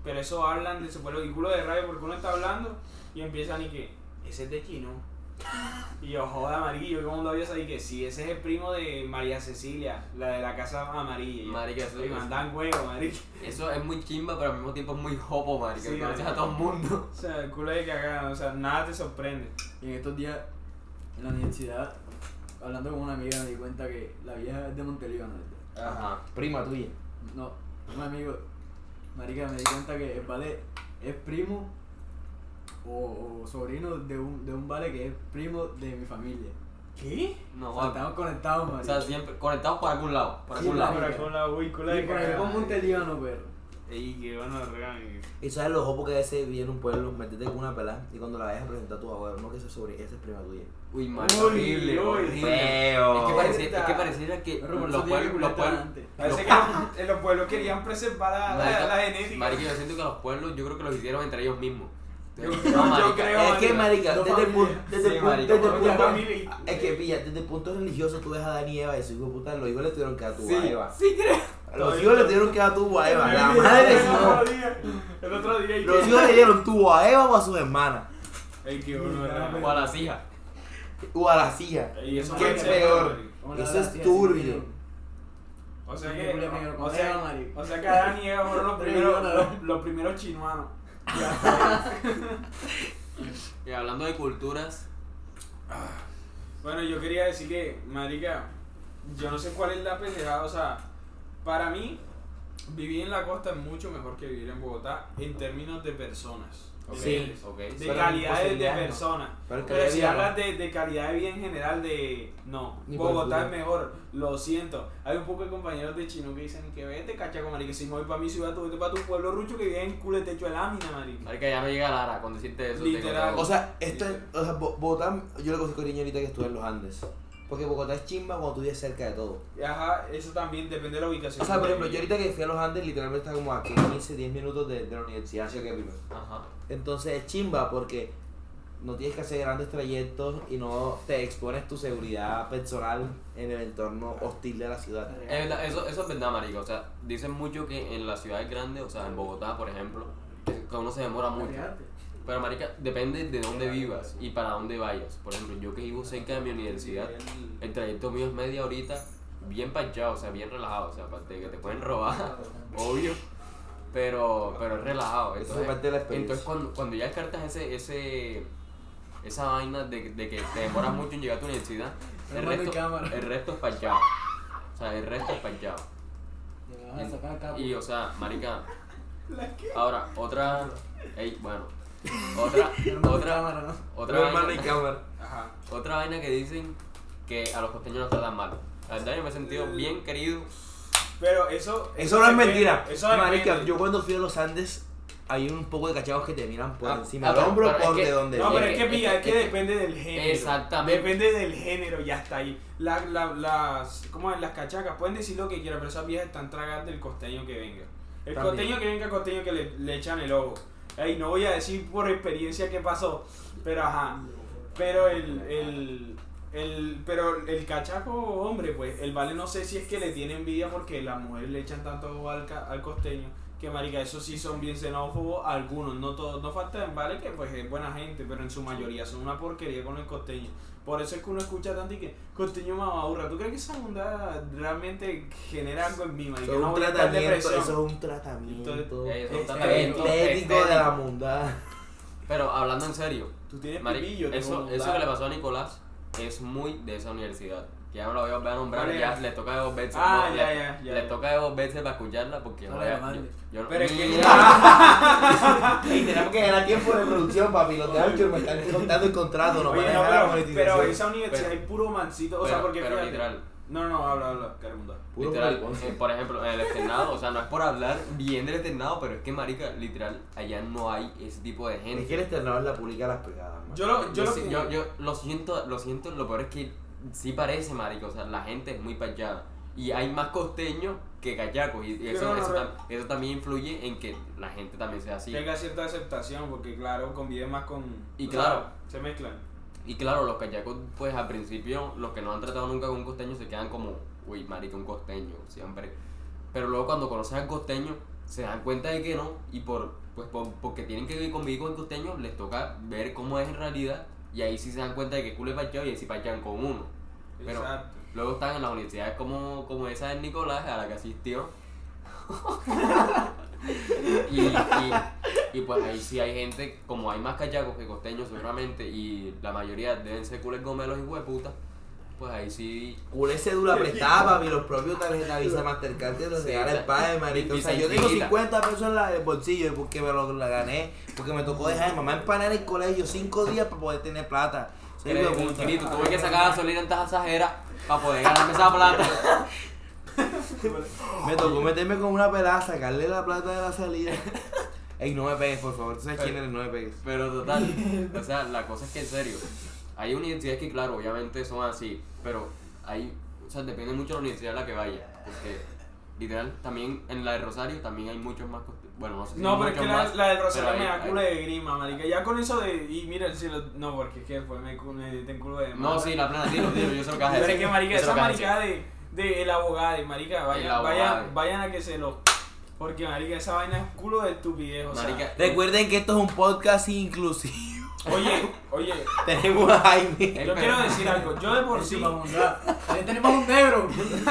C: Pero eso hablan de su pueblo y culo de rabia porque uno está hablando y empiezan y que, ese es de chino, Y yo, joda, amarillo, ¿cómo lo habías ahí? Que sí, ese es el primo de María Cecilia, la de la casa amarilla. Y yo,
B: Marica, eso
C: "Ey,
B: es-
C: mandan huevo, marica.
B: Eso es muy chimba, pero al mismo tiempo es muy jopo, marica.
C: Sí,
B: conoces
C: marica.
B: a todo el mundo.
C: O sea, el culo de cagada, o sea, nada te sorprende.
D: Y en estos días, en la universidad, hablando con una amiga, me di cuenta que la vieja es de Monteleón. ¿no?
B: Ajá.
A: Prima tuya.
D: No, un amigo, marica, me di cuenta que el vale es primo o, o sobrino de un, de un vale que es primo de mi familia.
A: ¿Qué?
B: No,
D: O sea,
B: joda.
D: estamos conectados,
B: O
D: marica.
B: sea, siempre conectados por algún lado. Por
D: Sí,
B: algún lado.
D: marica.
C: Pero con la uy, culo de
D: y por ahí
C: cagada.
D: con Monteliano, perro.
C: Ey, qué bueno, regan.
A: Y sabes lo jopo que ese vive en un pueblo, metete con una pelada y cuando la vayas a presentar a tu abuelo, no que ese sobre, esa es prima tuya.
B: Uy, marica,
C: Uy,
B: horrible,
C: uy,
B: horrible. Es que,
A: Feo.
B: pareciera, es que pareciera que
D: Perro, por
B: los
D: eso tiene que
B: pueblos, los
D: conectar
B: pueblos,
D: antes.
C: Parece que los- en los pueblos querían preservar la, la, la genética.
B: Marica, yo siento que los pueblos, yo creo que los hicieron entre ellos mismos. Entonces,
C: Yo-
B: no,
C: yo
B: marica,
C: creo-
A: Es que, marica,
D: No
A: desde el punto.
D: familia.
A: Desde
B: Sí,
A: el
B: marica,
A: punto- desde el
C: no
A: punto-
C: familia.
A: Es que, pilla, desde el punto religioso tú ves a Dan y Eva y su hijo de puta, los hijos le tuvieron que dar tu
B: Sí,
A: a Eva.
B: sí creo.
A: Los hijos le tuvieron que dar tu a Eva. La
C: El
A: madre se-
C: otro día, El otro día y
A: Los
C: que-
A: hijos le dieron tu a Eva o a sus hermanas.
C: Ey, qué bueno,
B: eh, O a las hijas.
A: O a las hijas.
C: Y eso
A: ¿Qué
C: fue
A: es
C: el
A: peor?
C: peor.
D: Como la
A: Eso
D: de
A: es
D: las tías,
A: turbio.
D: sí,
C: O sea
D: Qué culo de
C: que.
D: negro,
C: O
D: como era,
C: sea,
D: marica.
C: o sea que Adán y Eva fueron los
D: Tres
C: primeros,
D: horas.
C: los, los primeros chinuanos.
B: Y hablando de culturas,
C: Bueno, yo quería decir que, marica, yo no sé cuál es la pendejada. O sea, para mí, vivir en la costa es mucho mejor que vivir en Bogotá en términos de personas.
B: ok,
A: Sí.
B: ok.
C: De
A: Pero
C: calidad de, de
A: posibilidades, ¿no?
C: personas.
A: Pero
C: Pero,
A: calidad de
C: si
A: vida,
C: hablas de, de calidad de vida en general, de. No,
A: Ni por
C: Bogotá
A: culo.
C: es mejor, lo siento. Hay un poco de compañeros de chino que dicen que vete, cachaco, marica. Si me voy para mi ciudad, tú vete para tu pueblo rucho que vive en culo de techo de lámina, marica.
B: Marica, ya me llega Lara cuando sientes eso. tengo
C: Literal.
B: todo.
A: O sea, esto es, o sea, Bo- Bogotá, yo le cogí cariño ahorita que estuve en los Andes. Porque Bogotá es chimba cuando tú vives cerca de todo.
C: Ajá, eso también depende de la ubicación.
A: O sea, por
C: donde
A: ejemplo, yo
C: vives.
A: ahorita que fui a los Andes, literalmente está como a 15, 10 minutos de, de la universidad hacia que vivo.
B: Ajá.
A: Entonces es chimba porque no tienes que hacer grandes trayectos y no te expones tu seguridad personal en el entorno hostil de la ciudad.
B: Es verdad, eso, eso es verdad, marica. O sea, dicen mucho que en las ciudades grandes, o sea, en Bogotá, por ejemplo, que uno se demora mucho. Pero, marica, depende de dónde vivas y para dónde vayas. Por ejemplo, yo que vivo cerca de mi universidad, el trayecto mío es media horita, bien panchado, o sea, bien relajado. O sea, aparte de que te pueden robar, obvio, pero, pero es relajado.
A: Eso es
B: Entonces,
A: parte de la experiencia.
B: entonces cuando, cuando ya descartas ese, ese, esa vaina de, de que te demoras mucho en llegar a tu universidad,
D: Pero
B: el
D: mando en
B: resto,
D: cámara.
B: el resto es panchado. O sea, el resto es panchado.
D: Te vas a sacar acá,
B: Y o sea, marica. Ahora, otra. Ey, bueno. Otra,
D: hermano,
B: otra,
D: cámara, ¿no?
B: otra vaina,
A: cámara.
C: Ajá.
B: otra vaina que dicen que a los costeños nos tratan mal. La verdad, yo me he sentido bien querido. Eh,
C: Pero eso.
A: Eso no es
C: depende-
A: mentira.
C: Eso
A: Marica,
C: depende.
A: yo cuando fui a los Andes, hay un poco de cachavos que te miran por
B: Ah,
A: encima
B: ah,
A: del
B: pero-
A: hombro
B: pero es
A: por
B: que-
A: de donde
C: No, pero es
A: viene.
C: que pilla, es que depende del género.
B: Exactamente.
C: Depende del género, ya está ahí. La- la- las, ¿cómo es? Las cachacas pueden decir lo que quieran, pero esas viejas están tragadas del costeño que venga. El
A: También.
C: costeño que venga, costeño que le, le echan el ojo. Ahí no voy a decir por experiencia qué pasó, pero ajá. Pero el, el, el, pero el cachaco, hombre, pues, el vale no sé si es que le tiene envidia porque las mujeres le echan tanto ojo al, ca- al costeño. Que marica, eso sí son bien xenófobos, algunos, no todos, no faltan, vale que pues es buena gente, pero en su mayoría son una porquería con el costeño. Por eso es que uno escucha tanto y que costeño mamaburra. ¿Tú crees que esa onda realmente genera algo en mí, marica?
A: Eso es
C: No
A: un
C: voy a estar
A: tratamiento,
C: depresión.
A: eso es un tratamiento
B: Ey, eso
C: Es-
B: está
A: estético de la mundada.
B: Pero hablando en serio,
C: Tú tienes
B: Mari-
C: pibillo, te
B: eso,
C: voy a
B: eso
C: montar.
B: que le pasó a Nicolás es muy de esa universidad. Que ya no la voy a volver a nombrar,
C: Vale.
B: ya le toca de dos veces.
C: Ah,
B: no,
C: ya,
B: le,
C: ya, ya,
B: le
C: ya.
B: toca de dos veces para escucharla porque
D: No
B: no
D: la
B: voy a-
D: llamaste.
B: yo- yo no-
C: Pero es que-
B: Mira.
A: Y tenemos que ganar tiempo de producción para pilotear que me están contando el contrato, no
C: Oye,
A: van a
C: no,
A: dejar la
C: pero,
A: monetización.
C: pero esa universidad
B: Pero-
C: hay puro mancito, o sea,
B: pero-
C: porque
B: pero
C: fíjate-
B: literal.
C: No, no, habla, habla, Caramundo.
A: Puro
B: literal,
A: maricón.
B: eh, por ejemplo, en el externado, o sea, no es por hablar bien del externado, pero es que, marica, literal, allá no hay ese tipo de gente.
A: Es que el externador la publica las pegadas, man.
C: Yo lo, yo
B: Yo,
C: lo
B: sí-
C: que-
B: yo, yo lo siento, lo siento, lo peor es que sí parece, marico, o sea, la gente es muy payada. Y hay más costeños que cachacos, y, y
C: Yo
B: eso,
C: no lo
B: eso,
C: veo.
B: tam- eso también influye en que la gente también sea así.
C: tenga cierta aceptación, porque claro, convive más con...
B: Y
C: o
B: claro.
C: sea, se mezclan.
B: Y claro, los cachacos, pues al principio, los que no han tratado nunca con un costeño se quedan como, uy, marica, un costeño, siempre. Pero luego cuando conocen al costeño, se dan cuenta de que no, y por, pues, por- porque tienen que convivir con el costeño, les toca ver cómo es en realidad Y ahí sí se dan cuenta de que culo es parchado y ahí sí parchan con uno. Pero
C: Exacto.
B: luego están en las universidades como, como esa de Nicolás, a la que asistió. y, y, y pues ahí sí hay gente, como hay más cachacos que costeños seguramente, y la mayoría deben ser cules gomelos y hueputas, pues ahí sí
A: Culé cédula prestada, papi, los propios tarjetas Visa Mastercard te los
B: Sí,
A: regala el
B: la-
A: padre, marico. O sea,
B: Visa
A: yo tengo
B: infinita.
A: 50 pesos en la- el bolsillo porque me lo la gané, porque me tocó dejar a mi mamá empanar el colegio 5 días para poder tener plata. Soy
B: Crédito
A: hijo de puta.
B: infinito. Tuve que sacar gasolina en tasas ajeras para poder ganarme esa plata.
A: Me tocó meterme con una pelaza, sacarle la plata de la salida. Ey, no me pegues, por favor. Tú sabes quién eres, no me pegues.
B: Pero total, o sea, la cosa es que en serio, hay universidades que, claro, obviamente son así, pero hay, o sea, depende mucho de la universidad a la que vaya. Porque, literal, también en la de Rosario también hay muchos más. coste- Bueno, no sé si
C: No, pero es
B: muchos
C: que la,
B: más,
C: la del
B: pero
C: Rosario me
B: hay-
C: da
B: hay-
C: culo de grima, marica. Ya con eso de. Y mira el cielo. No, porque es que después me, cu- me dicen culo de.
B: No, sí, la plena, dilo, dilo, yo se lo caje.
C: Pero es que, marica, esa maricada de, de el abogado, marica. Vayan,
B: abogado.
C: vayan, vayan a que se lo. Porque, marica, esa vaina es culo de estupidez, o sea.
B: Marica,
A: Recuerden que esto es un podcast inclusivo.
C: Oye, oye.
A: Tenemos a Jaime
B: Eh, pero-
C: Yo quiero decir algo, yo de por sí,
D: Ahí tenemos un negro.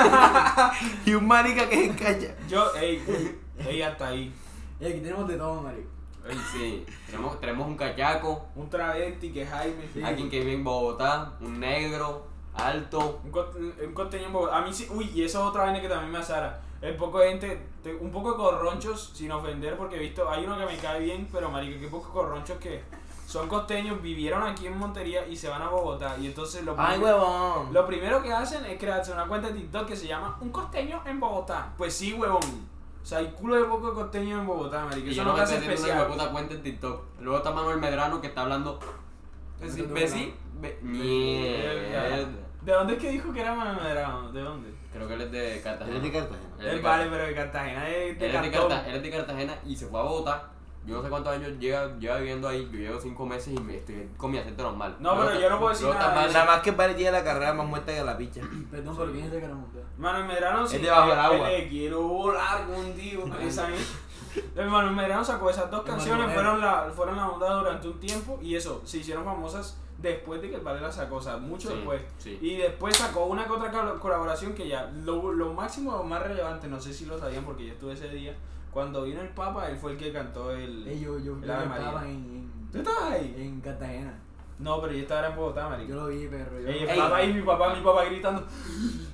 A: y un marica que se encalla.
C: yo, ey, ey, hasta ahí.
D: Y aquí tenemos de todo, marico.
B: Ey, Sí, tenemos, tenemos un cachaco,
C: Un travesti que es Jaime,
B: alguien que vive en Bogotá, un negro, alto.
C: un, co- un contenido un poco- a mí sí, uy, y eso es otra vaina que también me asara. El poco de gente, te- un poco de corronchos, sin ofender, porque he visto, hay uno que me cae bien, pero marica, qué poco corronchos que son costeños, vivieron aquí en Montería y se van a Bogotá, y entonces lo
A: Ay,
C: primero-
A: huevón.
C: Lo primero que hacen es crearse una cuenta de TikTok que se llama Un costeño en Bogotá. Pues sí, huevón. O sea, hay culo de poco costeño en Bogotá, marica.
B: Y
C: Eso
B: yo
C: es lo
B: no
C: que
B: me
C: hace
B: estoy haciendo una
C: especial.
B: puta cuenta en TikTok. Luego está Manuel Medrano que está hablando. ¿Ves sí?
D: Medrano.
B: ¿Ves sí? Ve- eh, Mierda.
C: Eh, ¿De dónde es que dijo que era Madrano? ¿De dónde?
B: Creo que él es de Cartagena.
A: Eres de Cartagena.
B: Él es de
C: vale,
B: Cartagena.
C: pero de Cartagena de,
B: Él
C: de
B: es de
C: cartón.
B: Carta- él es de Cartagena y se fue a Bogotá. Yo no sé cuántos años lleva, lleva viviendo ahí. Yo llevo cinco meses y me estoy con mi acento normal.
C: No, pero
B: está-
C: yo no puedo decir
B: luego está
C: nada de
B: Manuel-
A: Nada más que para el día de la carrera más muerta que la picha.
D: Perdón, pero ¿quién es de Caramonte?
C: Manuel Medrano sí.
A: Es debajo del agua.
C: Le quiero volar contigo. Esa misma. Manuel Medrano sacó esas dos
D: Manuel
C: canciones,
D: Medrano.
C: fueron la, fueron la onda durante un tiempo y eso, se hicieron famosas después de que el Vale las sacó, o sea, mucho
B: Sí,
C: después.
B: sí.
C: pues. Y después sacó una que otra col- colaboración que ya, lo, lo máximo, lo más relevante, no sé si lo sabían porque yo estuve ese día, cuando vino el Papa, él fue el que cantó el...
D: Eh, yo, yo,
C: el
D: yo
C: Ave
D: estaba
C: María.
D: en,
C: ¿Tú estabas
D: en,
C: ahí?
D: en Cartagena.
C: No, pero yo estaba en Bogotá, marico.
D: Yo lo vi, pero yo.
B: Ey.
C: Ey, estaba ahí mi papá, mi papá gritando,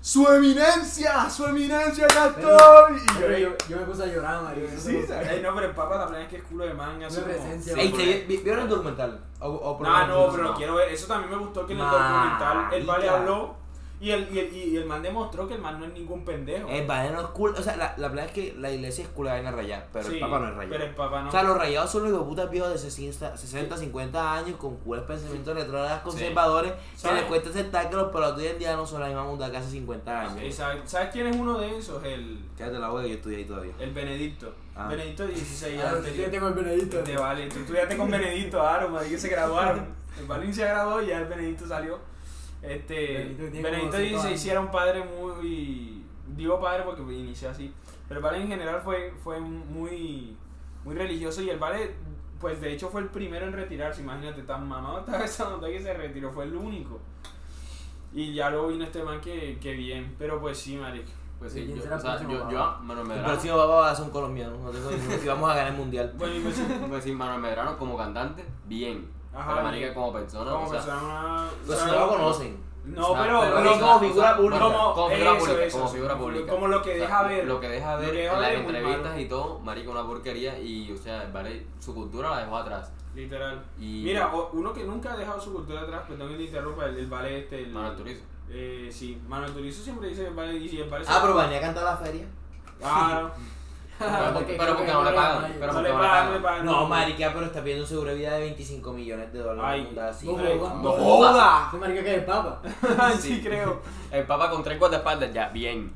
A: ¡Su eminencia! ¡Su eminencia, ya
D: estoy!
A: Y
D: pero yo, yo me puse a llorar, marico. yo me
C: Sí,
D: puse a-
C: Ey, no, pero el Papa también es que es culo de manga. así
D: Una
C: como-
D: presencia.
A: Ey, ¿te vi- ¿Vieron el documental? O, o por lo
C: No,
A: menos-
C: no, pero lo quiero ver. Eso también me gustó que en el
A: Marica.
C: documental el vale habló y el, y, el, y el man demostró que el man no es ningún pendejo.
A: El Valle no es cool. O sea, la, la verdad es que la iglesia es cool en rayada, pero
C: Sí,
A: el Papa no es
C: Pero
A: rayado.
C: el papá no.
A: O sea, los rayados son los hijoputas viejos de 60, 60, 50 años con cuerpos pensamientos retrógradas conservadores. Se
C: ¿Sabes?
A: les cuesta aceptar que los pelotas hoy en día no son la misma mundo que hace 50 años.
C: Eh, ¿sabes, sabes quién es uno de esos? El,
A: Cállate la boca que yo estudié ahí todavía.
C: el Benedicto.
A: Ah.
C: Benedicto 16
D: Ah,
C: años.
D: sí, Yo tengo el Ah, Benedicto.
C: Te vale, tú estudiaste con Benedicto, Aaron, madre, que se graduaron. El Valencia se graduó y ya el Benedicto salió. Este,
D: Benedicto tiene como
C: Benedicto
D: 200
C: XVI
D: años.
C: era un padre muy. Digo padre porque inició así. Pero el Vale en general fue, fue muy, muy religioso y el Vale, pues de hecho fue el primero en retirarse. Imagínate, tan mamado estaba esa nota que se retiró, fue el único. Y ya luego vino este man que, que bien, pero pues sí, marica.
B: Pues sí,
D: ¿Quién
B: yo,
D: será
B: o sea,
D: el
B: yo,
D: próximo
B: yo,
D: Papa?
B: Manuel
A: El
B: Medrano.
A: próximo papá va a ser un colombiano. No tengo ningún- y vamos a ganar el mundial.
C: Bueno, y pues,
B: Pues sí, Manuel Medrano como cantante, bien.
C: Ajá,
B: pero marica
C: bien.
B: como persona,
C: como
B: o sea,
C: persona-
A: Los pues, no lo conocen.
C: No,
B: o sea,
C: pero,
A: pero
C: pero
A: ni como figura pública.
C: como-
B: como figura
C: eso,
B: pública,
C: eso,
B: como
C: eso,
B: figura
C: como-
B: pública.
C: como lo que
B: O sea,
C: deja ver.
B: Lo que deja
C: Lo
B: ver
C: que deja
B: en las
C: ver es muy
B: entrevistas
C: malo.
B: y todo, marica, una porquería. Y, o sea, vale, su cultura la dejó atrás.
C: Literal.
B: Y
C: Mira, o- uno que nunca ha dejado su cultura atrás, perdón que te interrumpa, el, el vale este. El,
B: Manuel Turizo.
C: Eh, sí, Manuel Turizo siempre dice que el vale. Y el vale
A: Ah, pero venía a cantar a la feria.
C: Ah,
B: Pero, porque- pero porque
D: creo
B: no
D: que
B: le pagan.
D: Mayo.
B: Pero
C: no
B: porque
C: le
B: no le
C: pagan, no le
B: pagan.
C: pagan.
A: No, marica, pero está pidiendo un seguro de vida de 25 millones de dólares.
C: Ay,
A: una así,
D: no
A: marica.
D: jodas.
A: No
D: No
A: jodas.
D: Ese marica que es el papa.
B: Sí.
C: sí, creo.
B: El papa con tres guardaespaldas, ya, bien.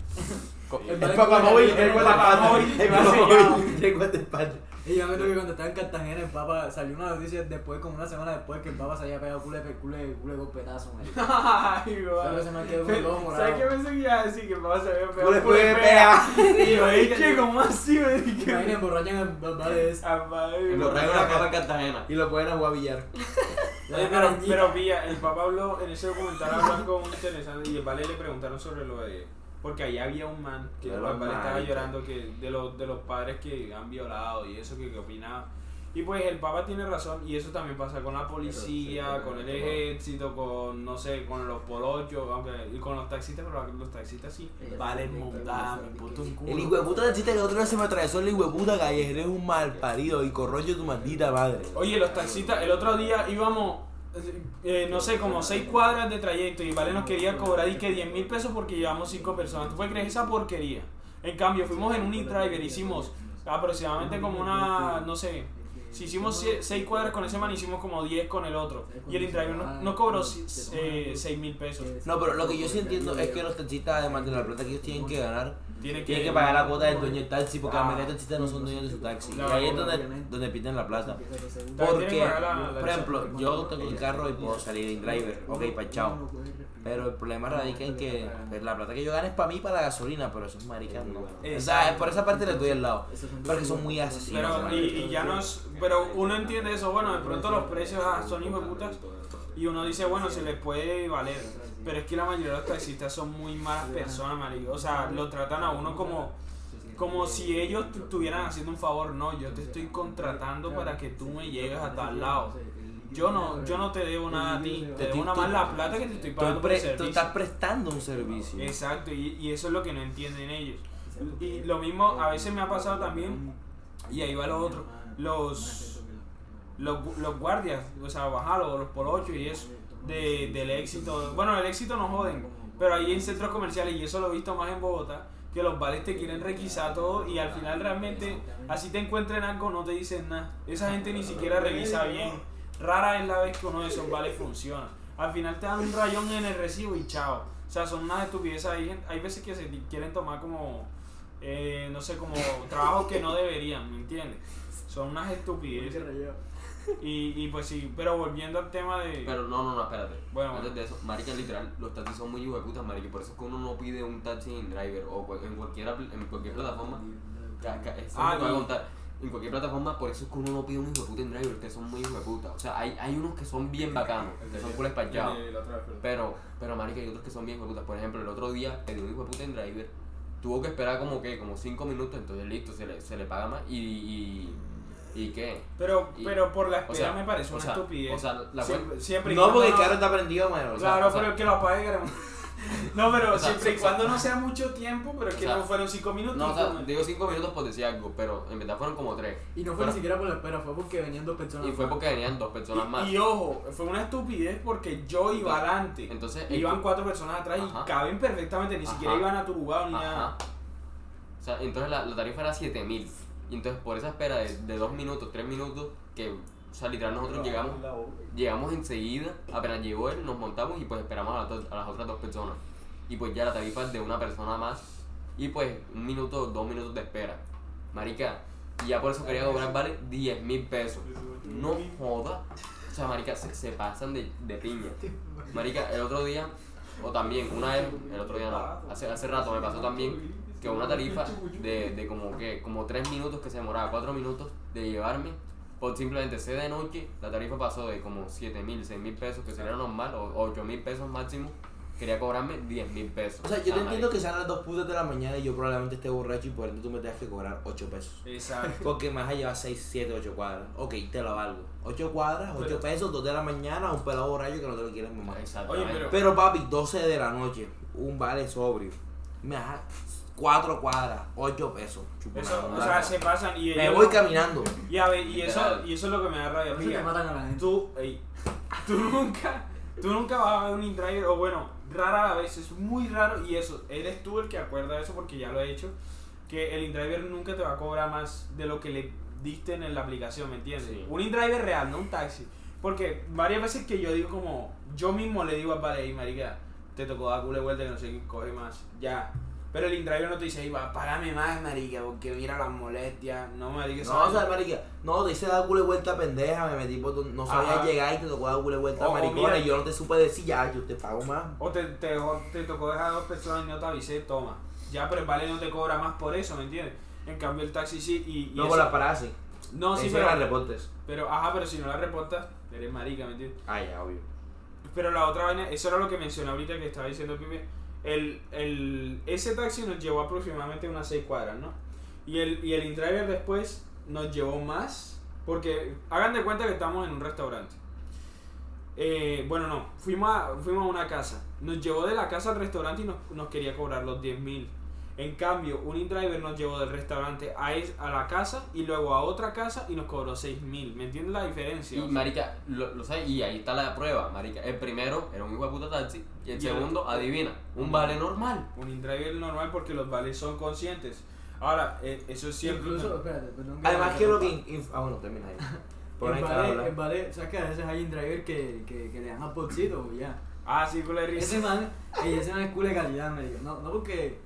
B: Co-
D: El
A: El
D: Vale
A: papá
D: como-
A: móvil,
D: el
A: el
D: Papa
A: papá
C: móvil,
A: móvil,
C: el
A: el
C: Papa
A: papá
C: móvil.
A: móvil, el guardaespaldas.
D: Y yo me que cuando estaba en Cartagena, el Papa salió una noticia después, como una semana después, que el Papa se había pegado culo de culo de culo de golpetazo, marico.
C: Ay,
D: Solo
C: vale.
D: se me quedó un ojo morado.
C: ¿Sabes qué pensé que iba a decir? Que el papá se había pegado.
A: Tú le
C: un culo de
A: puedes
C: pea.
A: pegar.
C: Y yo, "Ey, che, ¿cómo así? Me dije,
D: Imagínate, emborrachan al papá de este. eso.
C: "Ah, madre".
B: El
A: Lo
B: borracho
A: traigo
B: la
A: acá.
B: papa en Cartagena.
A: Y lo pueden a jugar a billar.
C: Oye, Eh, pero, pero pilla, el papá habló, en ese documental habló algo muy interesante y el vale le preguntaron sobre lo de... Porque ahí había un man que
A: De
C: el
A: los
C: vale estaba
A: maricas.
C: llorando que de los, de los padres que han violado y eso que, que opinaba. Y pues el papá tiene razón y eso también pasa con la policía,
B: Pero, sí,
C: con el
B: pero-
C: ejército, con no sé, con los polochos, aunque y con los taxistas, pero los taxistas sí.
A: Vale, mondá,
E: me puto
A: un El hijueputa del chiste que el otro día se me atravesó el hijueputa callejero es un mal parido y corroyo tu maldita madre.
C: Oye, los taxistas, el otro día íbamos, eh, no sé, como seis cuadras de trayecto y Vale nos quería cobrar y que 10 mil pesos porque llevamos cinco personas. ¿Tú puedes creer esa porquería? En cambio, fuimos en un e-driver, hicimos aproximadamente como una, no sé, si hicimos sie- seis cuadras con ese man, hicimos como 10 con el otro. Y el e-driver nos, nos cobró si- eh, 6 mil pesos.
A: No, pero lo que yo sí entiendo es que los taxistas, además de la plata que ellos tienen que ganar,
C: Tiene
A: tienen que pagar la cuota del dueño del taxi porque la mayoría de taxistas no son dueños de su taxi. Y
C: Claro,
A: ahí es donde,
D: obviamente.
A: donde piden la plata.
C: También tienen que
A: Porque,
C: pagar la- la
A: por ejemplo, yo tengo el carro y puedo salir en driver, ok, pa' chao. Pero el problema radica en que pues, la plata que yo gano es para mí y para la gasolina, pero esos maricas no. O sea, por esa parte les doy el lado. Porque son muy asesinos.
C: Pero, y,
A: marica.
C: y ya no es- pero uno entiende eso, bueno, de pronto los precios ah, son hijos de putas y uno dice, bueno, se les puede valer, pero es que la mayoría de los taxistas son muy malas personas, marico, o sea, lo tratan a uno como, como si ellos te estuvieran haciendo un favor, no, yo te estoy contratando para que tú me llegues a tal lado, yo no, yo no te debo nada a ti, te debo una más la plata que te estoy
A: Tú,
C: pagando por el
A: pre- tú
C: servicio.
A: estás prestando un servicio.
C: Exacto, y, y eso es lo que no entienden ellos. Y lo mismo a veces me ha pasado también, y ahí va lo otro, los, los, gu- los guardias, o sea, bajalos, los por ocho y eso, de, del éxito. Bueno, el éxito no joden, pero ahí en centros comerciales, y eso lo he visto más en Bogotá, que los vales te quieren requisar todo y al final realmente, así te encuentren algo, no te dicen nada. Esa gente ni siquiera revisa bien. Rara es la vez que uno de esos vales funciona. Al final te dan un rayón en el recibo y chao. O sea, son unas estupideces. Hay, gen- hay veces que se ti- quieren tomar como, eh, no sé, como trabajo que no deberían, ¿me entiendes? Son unas estupideces. Y, y pues sí, pero volviendo al tema de...
B: Pero no, no, no, espérate.
C: Bueno,
B: Antes
C: bueno.
B: de eso, marica, literal, los taxis son muy hueputas, marica. Por eso es que uno no pide un taxi en driver o cual- en cualquier, apl- en cualquier plataforma. Ca- ca- eso
C: Ah,
B: es lo que voy a
C: y-
B: contar. En cualquier plataforma, por eso es que uno no pide un hijueputa en driver, que son muy hijueputas. O sea, hay, hay unos que son bien bacanos, que son full espachados. Pero, pero marica, hay otros que son bien hijueputas. Por ejemplo, el otro día pedí un hijueputa en driver. Tuvo que esperar como que, como 5 minutos, entonces listo, se le, se le paga más. Y, y, y qué.
C: Pero,
B: Y-
C: pero por la
B: o
C: espera
B: sea,
C: me parece
B: o
C: una
B: sea,
C: estupidez.
B: O sea, la cuenta.
C: siempre, siempre y
A: No, porque el
C: cuando
A: carro está prendido, mano. o sea,
C: Claro,
B: o sea-
C: pero que lo apague Gremón. No, pero
B: O sea,
C: siempre y
B: o sea-
C: cuando no sea mucho tiempo, pero es que
B: o sea,
C: no fueron cinco minutos.
B: No, o sea,
C: ¿no?
B: digo 5 minutos por decir algo, pero en verdad fueron como 3.
D: Y no fue ni siquiera por la espera, fue porque venían dos personas.
B: Y fue porque venían dos personas más.
C: Y, y ojo, fue una estupidez porque yo iba
B: Entonces-
C: adelante.
B: entonces,
C: Y
B: el-
C: iban cuatro personas atrás
B: Ajá.
C: y caben perfectamente, ni
B: Ajá.
C: siquiera iban a tu lugar ni
B: Ajá.
C: nada.
B: O sea, entonces la, la tarifa era 7000. Y entonces por esa espera de, de 2 minutos, 3 minutos, que, o sea, literal nosotros llegamos, llegamos enseguida, apenas llegó él, nos montamos y pues esperamos a, las dos- a las otras dos personas. Y pues ya la tarifa es de una persona más. Y pues un minuto, dos minutos de espera. Marica, y ya por eso quería cobrar, vale, 10 mil pesos. No joda. O sea, marica, se, se pasan de, de piña. Marica, el otro día, o también, una vez, el otro día no, hace, hace rato me pasó también que una tarifa de, de como que, como 3 minutos que se demoraba, 4 minutos de llevarme, por simplemente ser de noche, la tarifa pasó de como 7 mil, 6 mil pesos, que sería normal, o 8 mil pesos máximo, quería cobrarme 10 mil pesos.
A: O sea, yo te
B: Ah, marica.
A: entiendo que sean las dos putas de la mañana y yo probablemente esté borracho y por ende tú me tengas que cobrar 8 pesos.
C: Exacto.
A: Porque me vas a llevar 6, 7, 8 cuadras. Ok, te lo valgo. 8 cuadras, 8
C: Pero-
A: pesos, 2 de la mañana, un pelado borracho que no te lo quieres mamar.
B: Exactamente.
C: Oye, pero-
A: Pero papi, 12 de la noche, un vale sobrio. Me das 4 cuadras, 8 pesos. Chupa una
C: Eso, o
A: madre.
C: sea, se pasan y
A: me
C: ellos-
A: voy caminando.
C: y, a ver, y, eso,
B: Literal.
C: y eso es lo que me da rabia.
D: Por eso te
C: Mira,
D: matan a la gente.
C: tú, ey, tú nunca, tú nunca vas a ver un in-driver, o bueno, rara a vez, es muy raro, y eso, eres tú el que acuerda eso porque ya lo he hecho, que el in-driver nunca te va a cobrar más de lo que le diste en la aplicación, ¿me entiendes?
B: Sí.
C: Un in-driver real, no un taxi. Porque varias veces que yo digo como, yo mismo le digo al vale, "Ey, marica, te tocó dar culo de vuelta que no sé qué coge más, ya. Pero el in-driver no te dice, "Ey, va, págame más, marica, porque mira las molestias, no, marica,
A: No, o
C: ¿sabes?
A: sea, marica, no, te hice dar culo de vuelta pendeja, me metí por tu- no sabía
C: Ajá.
A: llegar y te tocó dar culo de vuelta
C: O- o
A: maricona
C: mira-
A: y yo no te supe decir ya, yo te pago más.
C: O te, te, o te tocó dejar a dos personas y no te avisé, toma. Ya, pero el vale no te cobra más por eso, ¿me entiendes? En cambio el taxi sí y... y
A: Luego
C: eso-
A: la parase.
C: No, sí,
A: Eso
C: pero,
A: eran reportes.
C: pero... Ajá, pero si no la reportas, Eres marica, ¿me entiendes?
A: Ah, ya, obvio.
C: Pero la otra vaina, eso era lo que mencioné ahorita que estaba diciendo Pipe. El, el, ese taxi nos llevó aproximadamente unas 6 cuadras, ¿no? Y el, y el inDriver después nos llevó más, porque hagan de cuenta que estamos en un restaurante. Eh, bueno, no, fuimos a, fuimos a una casa. Nos llevó de la casa al restaurante y nos, nos quería cobrar los 10 mil. En cambio, un InDriver nos llevó del restaurante a, es- a la casa y luego a otra casa y nos cobró 6 mil. ¿Me entiendes la diferencia?
B: Y
C: O sea,
B: marica, lo, lo sabes, y ahí está la prueba, marica. El primero era un hijo de puta taxi, y el
C: Y el
B: segundo,
C: otro.
B: adivina, un vale normal.
C: Un inDriver normal porque los vales son conscientes. Ahora, eh, eso es cierto.
D: Incluso, espérate, perdón.
A: Además,
D: te
A: quiero que.
D: interrumpa.
A: inf- Ah, bueno, termina ahí. Por ahí
D: En
A: te van a
D: ballet,
A: hablar.
D: en ballet, ¿sabes que a veces hay indriver que, que, que le dan a y ya?
C: Ah, sí, culo de risa.
D: Ese man, ey, ese man es cool de calidad, me digo. No, no porque,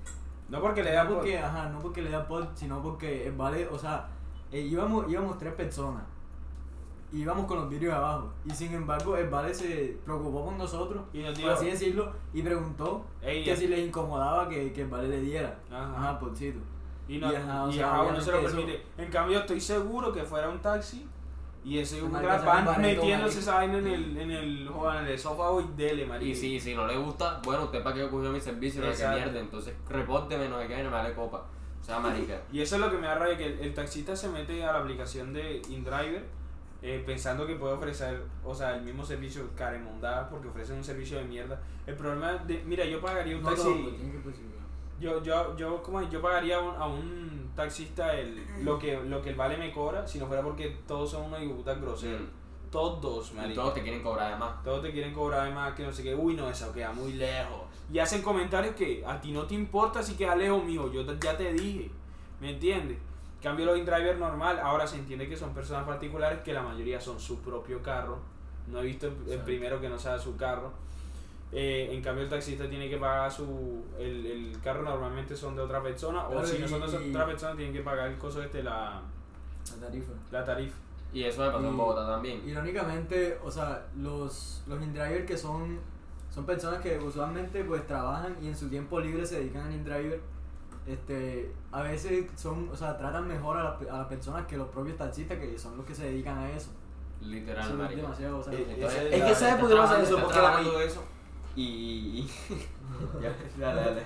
C: No porque le da
D: no
C: por...
D: porque, ajá, no porque le da pot, sino porque el ballet, o sea, eh, íbamos, íbamos tres personas. y Íbamos con los vidrios abajo. Y sin embargo, el ballet se preocupó con nosotros,
C: Y nos
D: por
C: dio...
D: así decirlo, y preguntó
C: Ey,
D: que
C: ya.
D: si les incomodaba que, que el ballet le diera.
C: Ajá.
D: Ajá, potcito.
C: Y no,
D: Y ajá, o
C: y
D: sea,
C: ajá, uno
D: obviamente
C: se lo
D: eso-
C: permite. En cambio, estoy seguro que fuera un taxi y ese hijo de
D: Marica,
C: puta
D: se
C: van
D: me parentó,
C: metiéndose
D: marica.
C: esa vaina en el, en el, joder, en el esófago y dele, marica.
B: Y si, si no le gusta, bueno, usted para qué cogió mi servicio, no sé qué
C: Exacto.
B: mierda, entonces repórteme, no sé qué, no me vale copa. O sea, marica.
C: Y eso es lo que me da rabia, que el, el taxista se mete a la aplicación de InDriver eh, pensando que puede ofrecer, o sea, el mismo servicio caremondada porque ofrecen un servicio de mierda. El problema de, mira, yo pagaría un
D: No,
C: taxi...
D: todo, pues, tiene que posibilitar.
C: Yo, yo, yo, como yo pagaría a un, a un taxista el, lo, que, lo que el vale me cobra si no fuera porque todos son unos hijueputas groseros.
D: Mm.
C: Todos,
B: Y
C: marica.
B: mm, todos te quieren cobrar además.
C: Todos te quieren cobrar más que no sé qué. Uy, no, eso queda muy lejos. Y hacen comentarios que a ti no te importa si queda lejos, mijo. Yo te- ya te dije. ¿Me entiendes? Cambio los in-driver normal. Ahora se entiende que son personas particulares que la mayoría son su propio carro. No he visto el, el
D: Exacto.
C: primero que no sea su carro. Eh, en cambio, el taxista tiene que pagar su. El, el carro normalmente son de otra persona. o
D: Claro,
C: si no son
D: y-
C: de otra persona, tienen que pagar el costo este, la,
D: La tarifa.
C: la tarifa.
B: Y eso me pasó en
D: Y-
B: Bogotá también.
D: Irónicamente, o sea, los, los indriver que son, son personas que usualmente pues trabajan y en su tiempo libre se dedican al indriver, este, a veces son, o sea, tratan mejor a, la- a las personas que los propios taxistas que son los que se dedican a eso.
B: Literal,
D: Eso es
B: marica.
D: demasiado, o sea,
A: Eh,
B: Entonces,
A: Es que ¿sabes por qué pasa eso? Porque la
B: hablando
A: may-
B: de eso. Y. y- ya, dale, dale.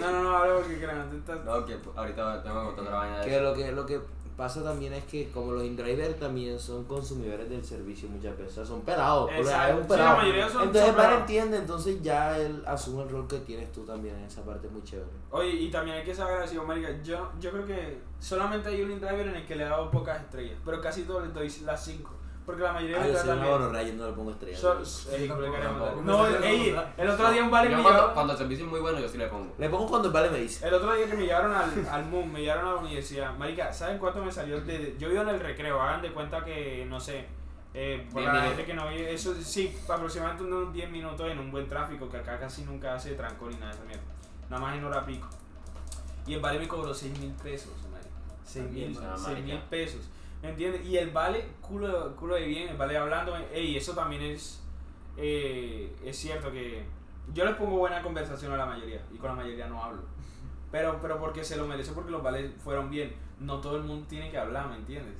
C: No, no, no, habla porque crean. estás-
B: No, que ahorita tengo que contar otra vaina de
A: Que
B: eso.
A: lo que lo que pasa también es que como los indriver también son consumidores del servicio muchas veces, o sea, son pelados, por lo general es un
C: Exacto. Sí, la
A: pelado.
C: mayoría son-
A: entonces
C: son
A: el pana
C: pelados.
A: entiende, entonces ya él asume el rol que tienes tú también en esa parte muy chévere.
C: Oye, y también hay que ser agradecido, marica. Yo, yo creo que solamente hay un driver en el que le he dado pocas estrellas, pero casi todos les doy las 5. Porque la mayoría
A: Ah,
C: de
A: yo
C: ustedes
A: soy una
C: también.
A: gonorrea, yo no le pongo estrella.
C: So-
D: Yo
C: ey,
D: tampoco,
C: culo de cara,
B: tampoco.
C: no, ey, el otro día un vale
B: Yo
C: me
B: cuando,
C: llevaron-
B: cuando el servicio es muy bueno, yo sí le pongo.
A: Le pongo cuando el vale me dice.
C: El otro día que me llevaron al, al Moon, me llevaron a la universidad. Marica, ¿saben cuánto me salió? de- yo vivo en el recreo, hagan de cuenta que, no sé, eh, por
B: Diez
C: la
B: minutos.
C: gente que no vive, eso sí, aproximadamente unos 10 minutos en un buen tráfico, que acá casi nunca hace trancón ni nada de esa mierda. Nada más en hora pico. Y el vale me cobró 6 mil pesos, marica. 6 mil,
B: También,
C: seis
B: marica.
C: mil pesos. ¿Me entiendes? Y el vale, culo, culo de bien, el vale hablando, ey, eso también es, eh, es cierto que yo les pongo buena conversación a la mayoría y con la mayoría no hablo. Pero, pero porque se lo merece, porque los vales fueron bien. No todo el mundo tiene que hablar, ¿me entiendes?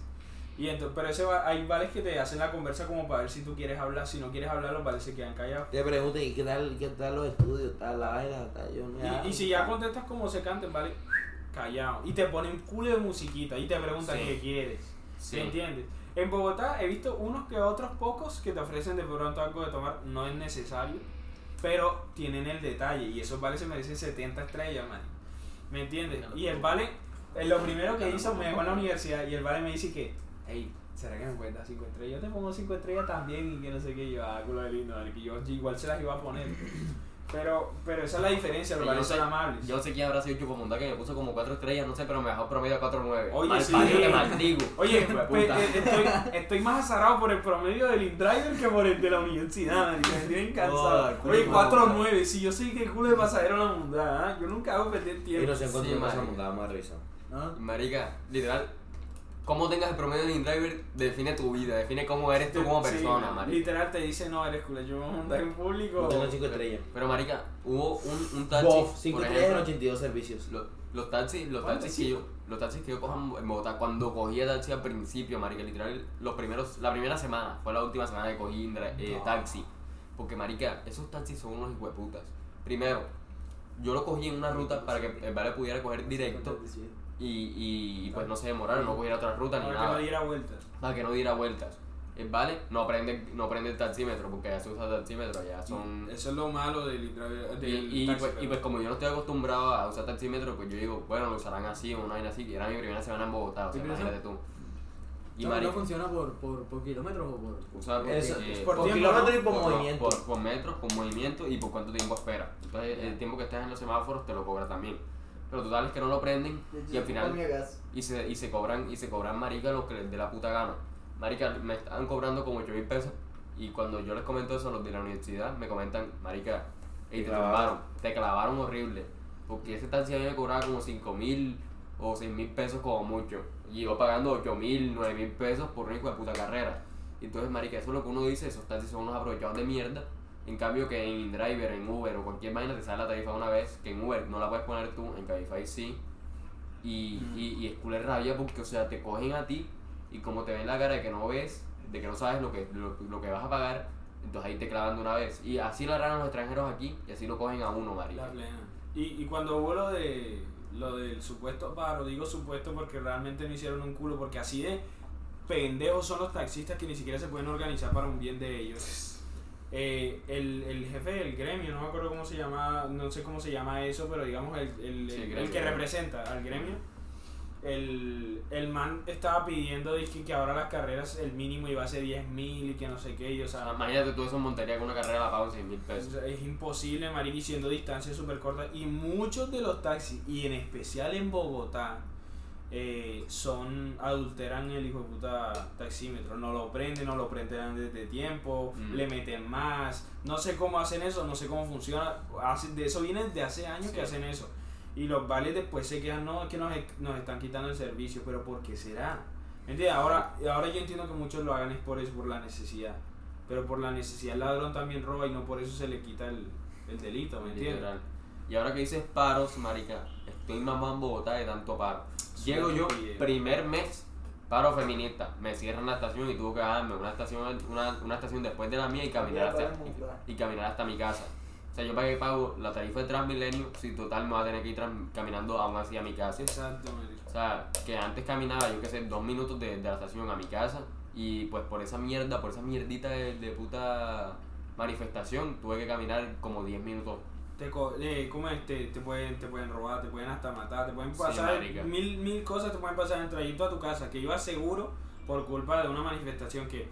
C: Y entonces, pero ese va- hay vales que te hacen la conversa como para ver si tú quieres hablar. Si no quieres hablar, los vales se quedan callados.
A: Te preguntan, ¿y qué tal, qué tal los estudios? ¿Tal la vaina? Tal, yo,
C: Y, y si ya contestas como se canten, vale, callado. Y te ponen culo de musiquita y te preguntan
B: Sí.
C: qué quieres.
B: Sí.
C: ¿Me entiendes? En Bogotá he visto unos que otros pocos que te ofrecen de pronto algo de tomar. No es necesario, pero tienen el detalle. Y esos vales se merecen 70 estrellas, man. ¿Me entiendes? Y el vale, eh, lo primero que hizo me dejó en la universidad y el vale me dice que, hey, ¿será que me cuentas 5 estrellas? Yo te pongo 5 estrellas también y que no sé qué. Y yo, ah, culo de lindo, vale, que yo igual se las iba a poner. Pero, pero esa es la diferencia, los
B: Yo
C: vales
B: sé-
C: son amables.
B: Yo sé quién habrá sido Chupamundá que me puso como 4 estrellas, no sé, pero me dejó promedio a 4.9.
C: Oye,
B: Mal
C: sí.
B: parido que maldigo.
C: Oye,
B: Hijo de
C: pe-
B: puta.
C: eh, estoy, estoy más azarado por el promedio del InDriver que por el de la universidad, marica, Me tienen cansado.
B: Joder, culo
C: Oye,
B: de
C: 4-9. Si yo soy que el culo de pasadero en la mundada, ¿ah? yo nunca hago perder
A: Y
C: tiempo.
A: nos encontramos
B: Sí,
A: en casa
B: marica.
A: montada más risa.
D: ¿no?
B: eh, Marica, literal, cómo tengas el promedio de InDriver define tu vida, define cómo eres tú como
C: Sí,
B: persona, marica.
C: Literal te dice, no, eres culo. Yo me voy a montar en público.
A: Yo tengo cinco estrellas.
B: Pero marica, hubo un, un taxi,
A: Bof, cinco
B: por
A: estrellas en
B: ejemplo,
A: 82 servicios.
B: lo- Los taxis, los
D: ¿Cuál
B: taxis que yo, los taxis que yo cojo en Bogotá, cuando cogía taxi al principio, marica, literal, los primeros, la primera semana, fue la última semana que cogí indra- eh,
A: No.
B: taxi. Porque, marica, esos taxis son unos hijueputas. Primero, yo lo cogí en una ruta para que el vale pudiera coger directo y, y, y, pues no se demorara, no cogiera otra ruta
C: Para
B: ni
C: que
B: nada
C: no diera vueltas.
B: para que no diera vueltas. El vale no prende, no prende el taxímetro porque ya se usa el taxímetro, ya son.
C: Eso es lo malo del intraver-
B: Y,
C: del
B: y,
C: taxi,
B: pues, y
C: pero-
B: pues como yo no estoy acostumbrado a usar taxímetro, pues yo digo, bueno, lo usarán así o una vaina así, que era mi primera semana en Bogotá, o sea,
D: ¿Y pero eso?
B: imagínate tú. Y
D: no,
B: marica,
D: funciona por, por, por kilómetros o por.
B: usa por,
A: Eso,
B: eh,
A: por,
C: por tiempo,
A: kilómetro y
C: ¿no?
A: por,
B: no,
A: movimiento.
B: Por, por metros, por movimiento y por cuánto tiempo espera. Entonces el tiempo que estés en los semáforos te lo cobra también. Pero total es que no lo prenden y al final y se, y se cobran y se cobran marica los que les dé la puta gana marica me estaban cobrando como 8 mil pesos y cuando yo les comento eso a los de la universidad me comentan marica y
A: Te
B: te
A: clavaron.
B: clavaron te clavaron horrible porque ese taxi a mí me cobraba como 5 mil o 6 mil pesos como mucho y yo pagando 8 mil 9 mil pesos por una hijo de puta carrera Y entonces marica eso es lo que uno dice esos taxis son unos aprovechados de mierda en cambio que en InDriver, en Uber o cualquier vaina te sale la tarifa una vez, que en Uber no la puedes poner tú, en Cabify sí, y, y, y es culo de rabia porque, o sea, te cogen a ti y como te ven la cara de que no ves, de que no sabes lo que, lo, lo que vas a pagar, entonces ahí te clavan de una vez. Y así lo harán los extranjeros aquí y así lo cogen a uno,
C: La
B: marica.
C: plena. Y, y cuando hubo lo de lo del supuesto paro, digo supuesto porque realmente no hicieron un culo, porque así de pendejos son los taxistas que ni siquiera se pueden organizar para un bien de ellos. Eh, el, el jefe del gremio, no me acuerdo cómo se llama, no sé cómo se llama eso, pero digamos el, el,
B: Sí,
C: el- el
B: gremio,
C: que
B: gremio.
C: representa al gremio, el, el man estaba pidiendo dizque, que ahora las carreras el mínimo iba a ser 10 mil y que no sé qué, y o sea,
B: Imagínate tú eso en Montería con una carrera la pago en 100 mil
C: o
B: pesos.
C: sea, Es imposible, marica, y siendo distancias súper cortas. Y muchos de los taxis, y en especial en Bogotá, eh, son adulteran el hijo de puta taxímetro. No lo prenden, no lo prenden antes de tiempo,
B: Mm.
C: le meten más. No sé cómo hacen eso, no sé cómo funciona. Hace- de eso viene de hace años
B: Sí.
C: que hacen eso. Y los vales después se quedan, no, es que nos, nos están quitando el servicio, pero ¿por qué será? ¿Me ¿Entiendes? Ahora, ahora yo entiendo que muchos lo hagan es por eso, por la necesidad. Pero por la necesidad el ladrón también roba y no por eso se le quita el, el delito, ¿me entiendes?
B: Literal. Y ahora que dices paros, marica, estoy mamá en Bogotá de tanto paro. Llego yo,
C: Estupidez.
B: primer mes, paro feminista. Me cierran la estación y tuve que darme una estación, una, una estación después de la mía y caminar,
E: Ya,
B: hasta,
E: para el Moncloa.
B: y, y caminar hasta mi casa. O sea, yo para qué pago la tarifa de Transmilenio si total me va a tener que ir trans- caminando aún así a mi casa.
C: Exacto, marica.
B: O sea, que antes caminaba, yo qué sé, dos minutos de, de la estación a mi casa y pues por esa mierda, por esa mierdita de, de puta manifestación, tuve que caminar como 10 minutos
C: Te, co- eh, ¿cómo es? Te, te pueden, te pueden robar, te pueden hasta matar, te pueden
B: Sí,
C: pasar
B: marica.
C: mil, mil cosas, te pueden pasar en el trayecto a tu casa, que iba seguro por culpa de una manifestación que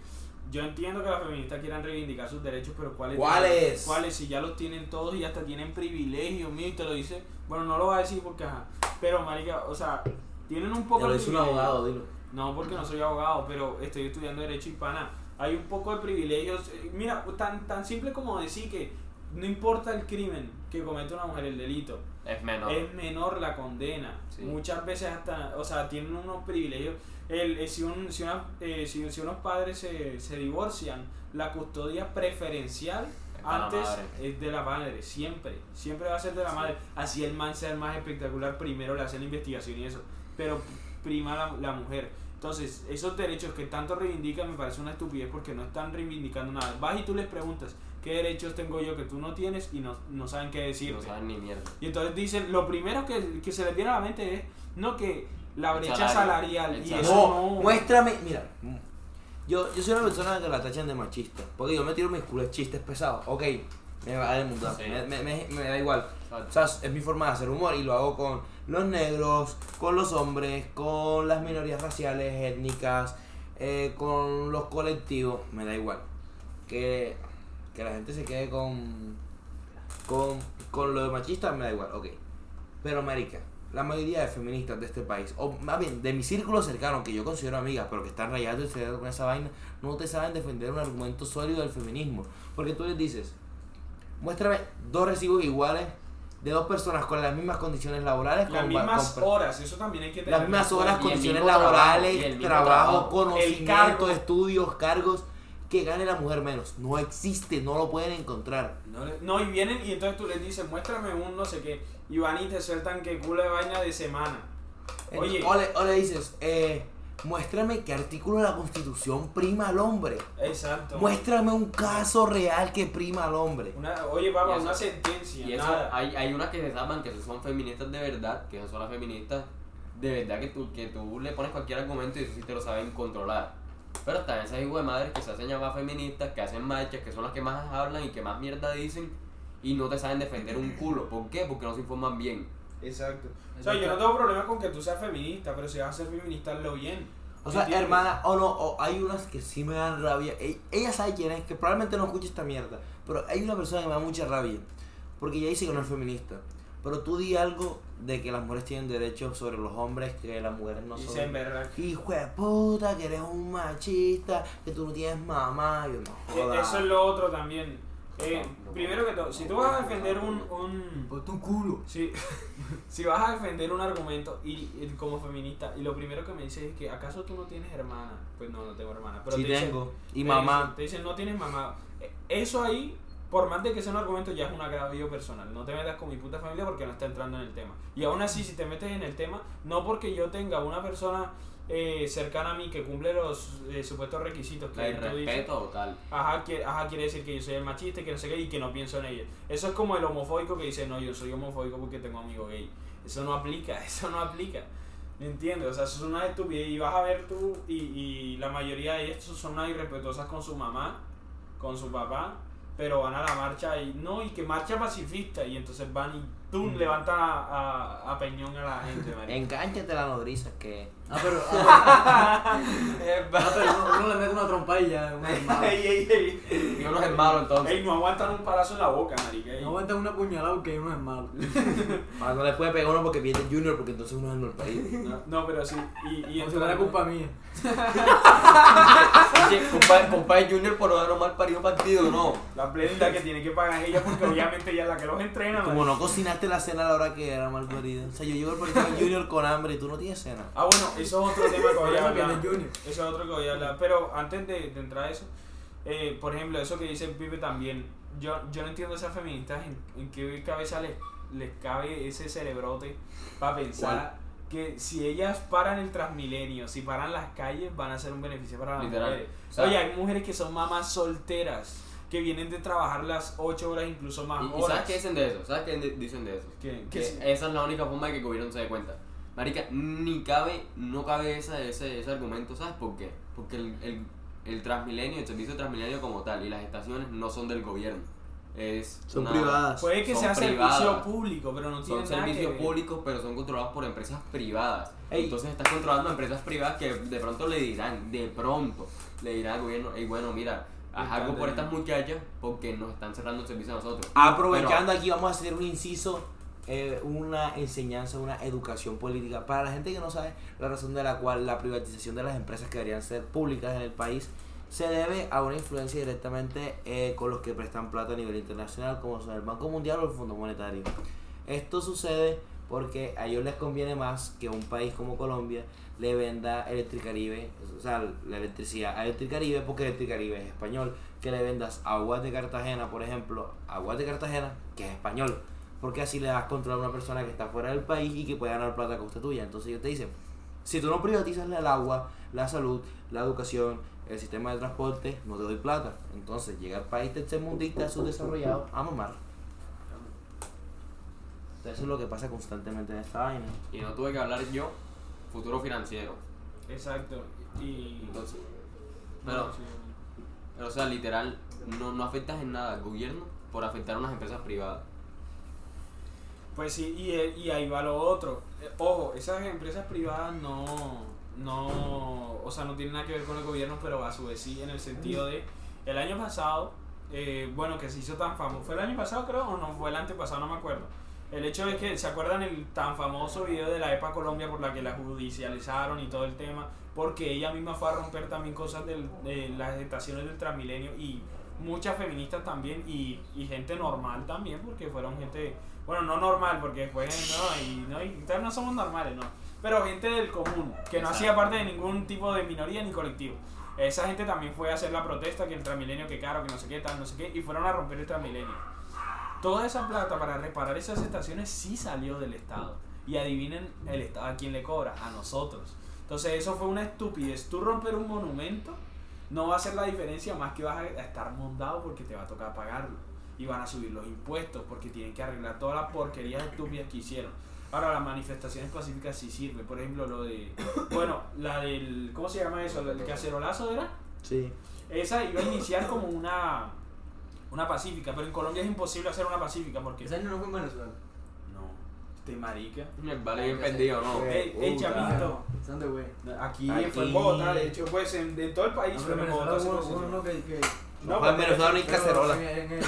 C: yo entiendo que las feministas quieran reivindicar sus derechos, pero ¿cuáles?
A: ¿Cuáles?
C: ¿Cuáles? Si ya los tienen todos y hasta tienen privilegios, mío, y te lo dice, bueno, no lo va a decir porque, ajá, pero marica, o sea, tienen un poco
A: Te lo
C: de
A: hizo un
C: privilegio.
A: abogado, dilo.
C: No, porque no soy abogado, pero estoy estudiando Derecho y pana. Hay un poco de privilegios. eh, Mira, tan, tan simple como decir que no importa el crimen que comete una mujer, el delito,
B: Es menos.
C: es menor la condena.
B: Sí.
C: Muchas veces hasta, o sea, tienen unos privilegios. El, eh, si, un- si, una- eh, si- si unos padres se, se divorcian, la custodia preferencial
B: Es para la
C: antes
B: madre.
C: es de la madre, siempre. Siempre va a ser de la madre. Así el man sea el más espectacular, primero le hacen la investigación y eso. Pero prima la, la mujer. Entonces, esos derechos que tanto reivindican me parece una estupidez porque no están reivindicando nada. Vas y tú les preguntas, ¿qué derechos tengo yo que tú no tienes? Y no, no saben qué decir.
B: no saben ni mierda.
C: Y entonces dicen, lo primero que, que se les viene a la mente es, no que la
B: El
C: brecha
B: salario.
C: salarial
B: El
C: y
B: salario.
C: eso
A: No,
C: no.
A: muéstrame. Mira, mm, yo, yo soy una persona que la tachan de machista. Porque yo me tiro mis culos chistes pesados. Ok, me va el mundo.
B: Sí.
A: Me, me- me- me da igual. O
B: Exacto.
A: sea, es mi forma de hacer humor y lo hago con los negros, con los hombres, con las minorías raciales, étnicas, eh, con los colectivos. Me da igual. Que, que la gente se quede con, con, con lo de machista, me da igual. Ok. Pero, marica, la mayoría de feministas de este país, o más bien de mi círculo cercano, que yo considero amigas, pero que están rayadas del cerebro con esa vaina, no te saben defender un argumento sólido del feminismo. Porque tú les dices, muéstrame dos recibos iguales de dos personas con las mismas condiciones laborales,
C: Las
A: con, va-
C: mismas
A: con per-
C: horas, eso también hay que tener.
A: las mismas
C: en
A: horas,
B: Y el
A: condiciones
B: mismo trabajo,
A: laborales,
B: y el mismo
A: trabajo,
B: trabajo.
A: conocimiento,
C: El cargo.
A: estudios, cargos. que gane la mujer menos. No existe, no lo pueden encontrar.
C: No, le- no, y vienen y entonces tú les dices, muéstrame un no sé qué. Y van y te sueltan que culo de vaina de semana. Oye.
A: O le, o le dices, eh, muéstrame qué artículo de la Constitución prima al hombre.
C: Exacto.
A: Muéstrame un caso real que prima al hombre.
C: Una- oye, papá,
B: Y eso-
C: una sentencia.
B: Y eso,
C: nada.
B: hay, hay unas que se llaman que son feministas de verdad, que son las feministas de verdad que tú, que tú le pones cualquier argumento y eso sí te lo saben controlar. Pero están esas hijas de madres que se hacen llamar feministas, que hacen marchas, que son las que más hablan y que más mierda dicen y no te saben defender un culo. ¿Por qué? Porque no se informan bien.
C: Exacto. O sea, yo no tengo problema con que tú seas feminista, pero si vas a ser feminista, hazlo bien.
A: O sea,
C: ¿Entiendes?
A: hermana, o no, o hay unas que sí me dan rabia. E- Ella sabe quién es, que probablemente no escuche esta mierda. Pero hay una persona que me da mucha rabia. Porque ella dice que no es feminista. Pero tú di algo de que las mujeres tienen derechos sobre los hombres, que las mujeres no
C: Y
A: son.
C: se enverga.
A: Hijo de puta, que eres un machista, que tú no tienes mamá. Yo no
C: Eh,
A: joda.
C: Eso es lo otro también. Eh,
B: No, no,
C: primero que todo, si tú vas a defender un... un
D: Por tu culo.
C: si, si vas a defender un argumento y, y como feminista, y lo primero que me dices es que, ¿acaso tú no tienes hermana? Pues no, no tengo hermana. Pero
A: Sí
C: te dicen-
A: tengo. Y
C: te
A: mamá.
C: dicen- te dicen, no tienes mamá. Eh, Eso ahí, por más de que sea un argumento, ya es un agravio personal. No te metas con mi puta familia porque no está entrando en el tema. Y aún así, si te metes en el tema, no porque yo tenga una persona eh, cercana a mí que cumple los eh, supuestos requisitos
B: La
C: que tú dices.
B: irrespeto o tal.
C: Ajá, quiere, ajá, quiere decir que yo soy el machista, y que no sé qué, y que no pienso en ella. Eso es como el homofóbico que dice, no, yo soy homofóbico porque tengo amigo gay. Eso no aplica, eso no aplica. ¿Me entiendes? O sea, eso es una estupidez. Y vas a ver tú, y, y la mayoría de ellos son unas irrespetuosas con su mamá, con su papá, pero van a la marcha y no, y que marcha pacifista, y entonces van y tú levantan a, a- a peñón a la gente, marica.
A: Encánchate la nodriza, que.
D: Ah, pero, ah,
C: Eh,
D: pero,
C: va-
D: ah, pero uno, uno le mete una trompa y ya, una
C: ey,
D: hermana.
C: ey, ey.
B: Y uno es malo entonces.
C: Ey, no aguantan un palazo en la boca, marica. ey.
D: No aguantas una puñalada que uno es malo.
A: Ah, no le puede pegar uno porque pierde Junior, porque entonces uno es el país.
C: No, no, pero sí. Y, y
D: Como si fuera culpa mía.
B: Oye, compadre, compadre Junior por no dar un mal parido partido, no.
C: La prenda que tiene que pagar ella porque obviamente ella es la que los entrena.
A: Como
C: man.
A: no cocinaste la cena a la hora que era, mal querido. O sea, yo llego al partido de Junior con hambre y tú no tienes cena.
C: Ah, bueno, eso es otro tema que
D: Por
C: voy a
D: eso que es
C: hablar.
D: de Junior.
C: Eso es otro que voy a hablar. Pero antes de, de entrar a eso, eh, por ejemplo, eso que dice el Pipe también. Yo, yo no entiendo esas feministas en, en qué cabeza les, les cabe ese cerebrote para pensar que si ellas paran el transmilenio, si paran las calles, van a ser un beneficio para las
B: Literal.
C: mujeres.
B: O sea-
C: Oye, hay mujeres que son mamás solteras, que vienen de trabajar las 8 horas, incluso más
B: ¿Y, y
C: horas.
B: sabes qué dicen de eso? ¿Sabes qué di- dicen de eso?
C: ¿Qué?
B: Que
C: ¿Qué sí?
B: esa es la única forma de que el gobierno se dé cuenta. Marica, ni cabe, no cabe esa- ese, ese argumento, ¿sabes por qué? Porque el, el, el Transmilenio, el servicio Transmilenio como tal, y las estaciones no son del gobierno. Es
A: Son
B: una-
A: privadas.
C: Puede que
B: son
C: sea servicio
B: privadas.
C: público, pero no tiene
B: Son
C: nada que
B: servicios
C: ver.
B: públicos, pero son controlados por empresas privadas.
A: Ey.
B: Entonces estás controlando a empresas privadas que de pronto le dirán, de pronto, le dirán al gobierno, y bueno, mira, haz algo por estas muchachas porque nos están cerrando el servicio a nosotros.
A: Aprovechando aquí vamos a hacer un inciso, eh, una enseñanza, una educación política. Para la gente que no sabe la razón de la cual la privatización de las empresas que deberían ser públicas en el país se debe a una influencia directamente eh, con los que prestan plata a nivel internacional, como son el Banco Mundial o el Fondo Monetario. Esto sucede porque a ellos les conviene más que un país como Colombia le venda Electricaribe, o sea, la electricidad a Electricaribe, porque Electricaribe es español, que le vendas aguas de Cartagena, por ejemplo, aguas de Cartagena, que es español, porque así le das control a una persona que está fuera del país y que puede ganar plata a costa tuya. Entonces ellos te dicen, si tú no privatizas el agua, la salud, la educación, el sistema de transporte, no te doy plata. Entonces llega el país tercermundista, subdesarrollado, a mamar. Entonces, Eso es lo que pasa constantemente en esta vaina.
B: Y no tuve que hablar yo, futuro financiero.
C: Exacto. Y.
B: Entonces, pero,
C: Sí.
B: pero, o sea, literal, no, no afectas en nada al gobierno por afectar a unas empresas privadas.
C: Pues sí, y, e- y ahí va lo otro. Eh, Ojo, esas empresas privadas no. No. O sea, no tienen nada que ver con el gobierno, pero a su vez sí, en el sentido de. El año pasado, eh, bueno, que se hizo tan famoso. ¿Fue el año pasado, creo? ¿O no? ¿Fue el antepasado? No me acuerdo. El hecho es que, ¿se acuerdan el tan famoso video de la EPA Colombia por la que la judicializaron y todo el tema? Porque ella misma fue a romper también cosas del- de las estaciones del Transmilenio y muchas feministas también y, y gente normal también, porque fueron gente, bueno, no normal, porque después, no, y, no, y ustedes no somos normales, no, pero gente del común, que
B: Exacto.
C: no hacía parte de ningún tipo de minoría ni colectivo. Esa gente también fue a hacer la protesta que el Transmilenio que caro, que no sé qué, tal, no sé qué, y fueron a romper el Transmilenio. Toda esa plata para reparar esas estaciones sí salió del Estado. Y adivinen el Estado a quién le cobra, a nosotros. Entonces eso fue una estupidez. Tú romper un monumento no va a hacer la diferencia más que vas a estar mondado porque te va a tocar pagarlo. Y van a subir los impuestos porque tienen que arreglar todas las porquerías estúpidas que hicieron. Ahora las manifestaciones pacíficas sí sirven. Por ejemplo, lo de... Bueno, la del... ¿Cómo se llama eso? ¿El cacerolazo era?
A: Sí.
C: Esa iba a iniciar como una... Una pacífica, pero en Colombia es imposible hacer una pacífica porque...
D: Ese año Pues no fue en Venezuela.
C: No, este marica.
B: Vale, bien pendido, ¿no?
C: Ey, ey,
A: Eh, Puta.
C: chamito.
D: Son de güey.
C: Aquí,
B: Aquí.
C: fue en Bogotá, de hecho, pues en, de todo el país,
D: No, pero
C: pero
D: en
C: en Bogotá
D: Venezuela
C: se
D: hubo-
C: conoce.
D: hubo uno que- que-
C: No,
A: Ojalá en
C: pero-
A: Venezuela no hay
D: pero
A: cacerola.
D: en- en- en-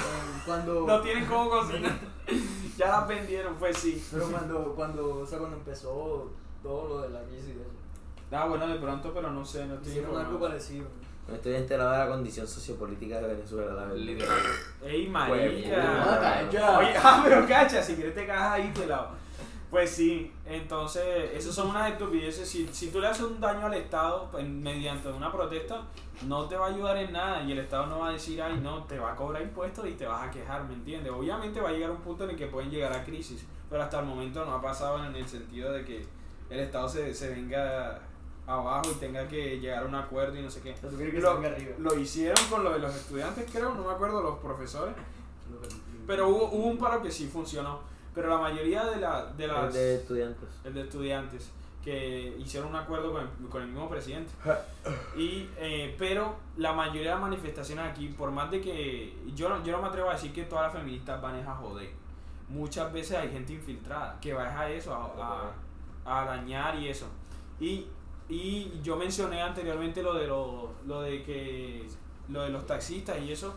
D: cuando-
C: No tienen cómo cocinar. ya la vendieron, pues sí.
D: Pero cuando, cuando, o sea, cuando empezó todo lo de la crisis y eso,
C: Ah, bueno, de pronto, pero no sé, no estoy
D: hicieron algo
C: informado.
D: parecido.
A: No estoy enterado de la condición sociopolítica de Venezuela, la verdad. Pues,
B: Literal.
C: Ey,
B: Huevo.
C: marica.
D: Ah, ya.
C: Oye, ah, pero cacha, si quieres te cagas ahí pelado. Pues sí, entonces, esas son unas estupideces. Si, si tú le haces un daño al Estado pues, mediante una protesta, no te va a ayudar en nada y el Estado no va a decir, ay, no, te va a cobrar impuestos y te vas a quejar, ¿me entiendes? Obviamente va a llegar un punto en el que pueden llegar a crisis, pero hasta el momento no ha pasado en el sentido de que el Estado se, se venga abajo y tenga que llegar a un acuerdo y no sé qué.
D: ¿Tú crees que
C: Lo-
D: salga arriba?
C: Lo hicieron con lo de los estudiantes, creo, no me acuerdo, los profesores. Pero hubo, hubo un paro que sí funcionó. Pero la mayoría de, la, de las.
A: El de estudiantes.
C: el de estudiantes. Que hicieron un acuerdo con el, con el mismo presidente. Y, eh, pero la mayoría de las manifestaciones aquí, por más de que. Yo no, yo no me atrevo a decir que todas las feministas van es a joder. Muchas veces hay gente infiltrada que va es a eso, a, a, a dañar y eso. Y, y yo mencioné anteriormente lo de, los lo de que lo de los taxistas y eso,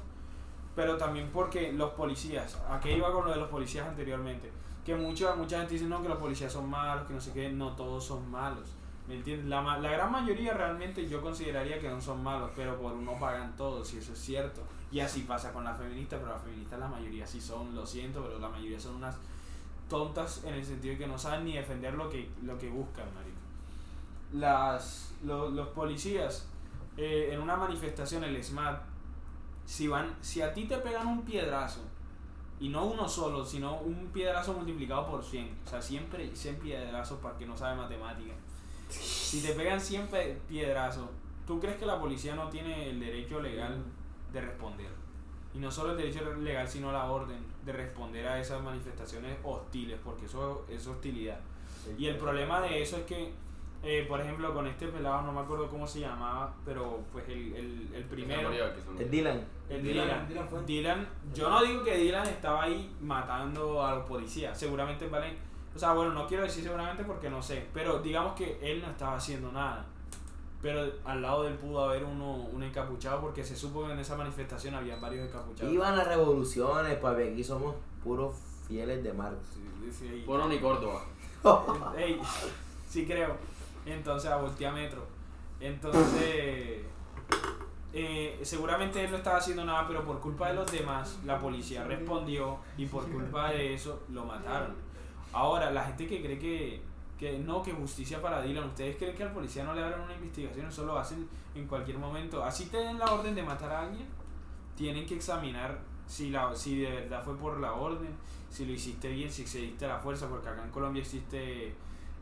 C: pero también porque los policías, ¿a qué iba con lo de los policías anteriormente? Que mucha, mucha gente dice, no, que los policías son malos, que no sé qué, no todos son malos. ¿Me entiendes? La, ma- la gran mayoría realmente yo consideraría que no son malos, pero por uno pagan todos, y eso es cierto. Y así pasa con las feministas, pero las feministas la mayoría sí son, lo siento, pero la mayoría son unas tontas en el sentido de que no saben ni defender lo que, lo que buscan, marico. Las, lo- los policías, eh, en una manifestación, el SMAT, si, van, si a ti te pegan un piedrazo, y no uno solo, sino un piedrazo multiplicado por 100, o sea, siempre 100 piedrazos para el que no sabe matemática. Si te pegan 100 pe- piedrazos, ¿tú crees que la policía no tiene el derecho legal de responder? Y no solo el derecho legal, sino la orden de responder a esas manifestaciones hostiles, porque eso es hostilidad. Y el problema de eso es que, eh, por ejemplo, con este pelado, no me acuerdo cómo se llamaba, pero pues el, el, el primero,
A: El Dylan.
C: el
D: Dylan-
C: Dylan,
D: Dylan Fuentes.
C: Dylan- yo no digo que Dylan estaba ahí matando a los policías, seguramente Valen, o sea, bueno, no quiero decir seguramente porque no sé, pero digamos que él no estaba haciendo nada. Pero al lado de él pudo haber uno, un encapuchado porque se supo que en esa manifestación había varios encapuchados.
A: Iban las revoluciones, papi. Aquí somos puros fieles de Marx.
C: Sí, sí, ahí.
B: Bono ni Córdoba.
C: Ey, sí creo. Entonces a volteámetro. Entonces, eh, seguramente él no estaba haciendo nada, pero por culpa de los demás, la policía respondió y por culpa de eso lo mataron. Ahora, la gente que cree que, que no, que justicia para Dylan, ¿ustedes creen que al policía no le abren una investigación? Eso lo hacen en cualquier momento. Así te den la orden de matar a alguien, tienen que examinar si, la, si de verdad fue por la orden, si lo hiciste bien, si excediste la fuerza, porque acá en Colombia existe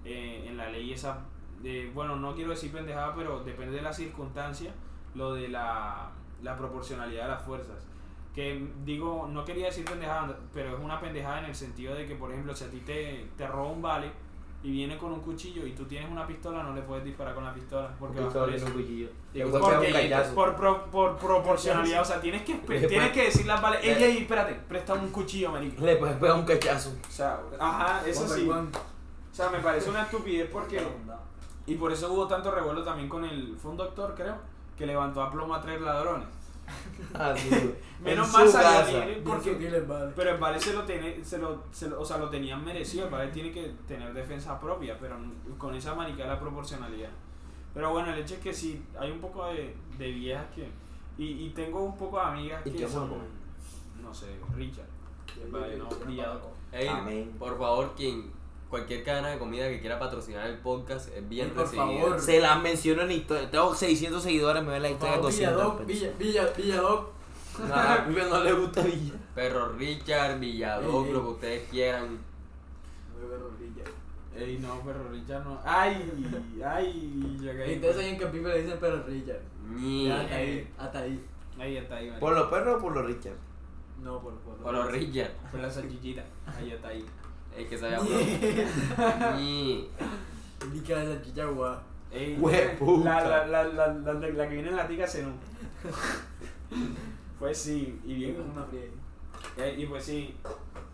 C: eh, en la ley esa, de, bueno, no quiero decir pendejada, pero depende de la circunstancia, lo de la, la proporcionalidad de las fuerzas. Que digo, no quería decir pendejada, pero es una pendejada en el sentido de que, por ejemplo, si a ti te, te roba un vale y viene con un cuchillo y tú tienes una pistola, no le puedes disparar con la pistola. Porque vas
A: Pistola
C: preso.
A: tiene un cuchillo.
B: Digo,
A: Después
C: Porque
A: pega un callazo.
C: por, pro- por proporcionalidad, o sea, tienes que,
A: Después-
C: tienes que decir las
A: Eh.
C: balas. Ey, ey, espérate, presta un cuchillo, marico.
A: Le puedes pegar un cachazo.
C: O sea, ajá, eso
D: One by
C: sí.
D: one.
C: O sea, me parece una estupidez porque.
D: No.
C: Y por eso hubo tanto revuelo también con el. Fue un doctor, creo, que levantó a plomo a tres ladrones.
A: Así,
C: Menos
A: Ah, en
C: mal
A: su
C: salió
A: casa.
C: libre porque.
D: Bien sutiles, vale.
C: Pero el Vale se lo tiene, se lo, se lo- o sea, lo tenían merecido, el Vale tiene que tener defensa propia, pero n- con esa marica la proporcionalidad. Pero bueno, el hecho es que sí, hay un poco de, de viejas que... Y, y tengo un poco de amigas
A: ¿Y
C: que
A: qué
C: son...
A: guapo?
C: No sé, Richard. El Vale, no, brillado.
B: Ey,
A: Amén.
B: por favor, quien cualquier cadena de comida que quiera patrocinar el podcast es bien
D: Y por
B: recibida.
D: favor,
A: Se las menciono en historia. Tengo 600 seguidores, me ven la historia
D: Por favor,
A: 200
D: Villadoc,
A: personas.
D: Villa, Villa, Villadoc.
A: No, a mí no le gusta Villa.
B: Perro Richard, Villadog,
D: Ey, ey.
B: lo que ustedes quieran.
D: Muy bueno, Villa.
C: Ey, no, pero Richard no. Ay, ay, ya
D: Y
C: caí.
D: ustedes saben que a Pipe le dicen perro Richard.
B: Ni.
D: Ya, hasta ahí, hasta ahí.
C: Ahí está, ahí.
A: ¿Por los perros o por los Richard?
D: No, por por.
B: O los Richard.
C: Por la salchichita. Ahí está, ahí.
B: Es que sabía puro. Ni.
D: Ni que la salchicha guá.
C: Ey,
A: Hueputa.
C: La, la, la, la, la, la, la que viene en la tica se no. Pues sí, y
D: Es
C: bien.
D: una friega.
C: Eh, Y pues sí.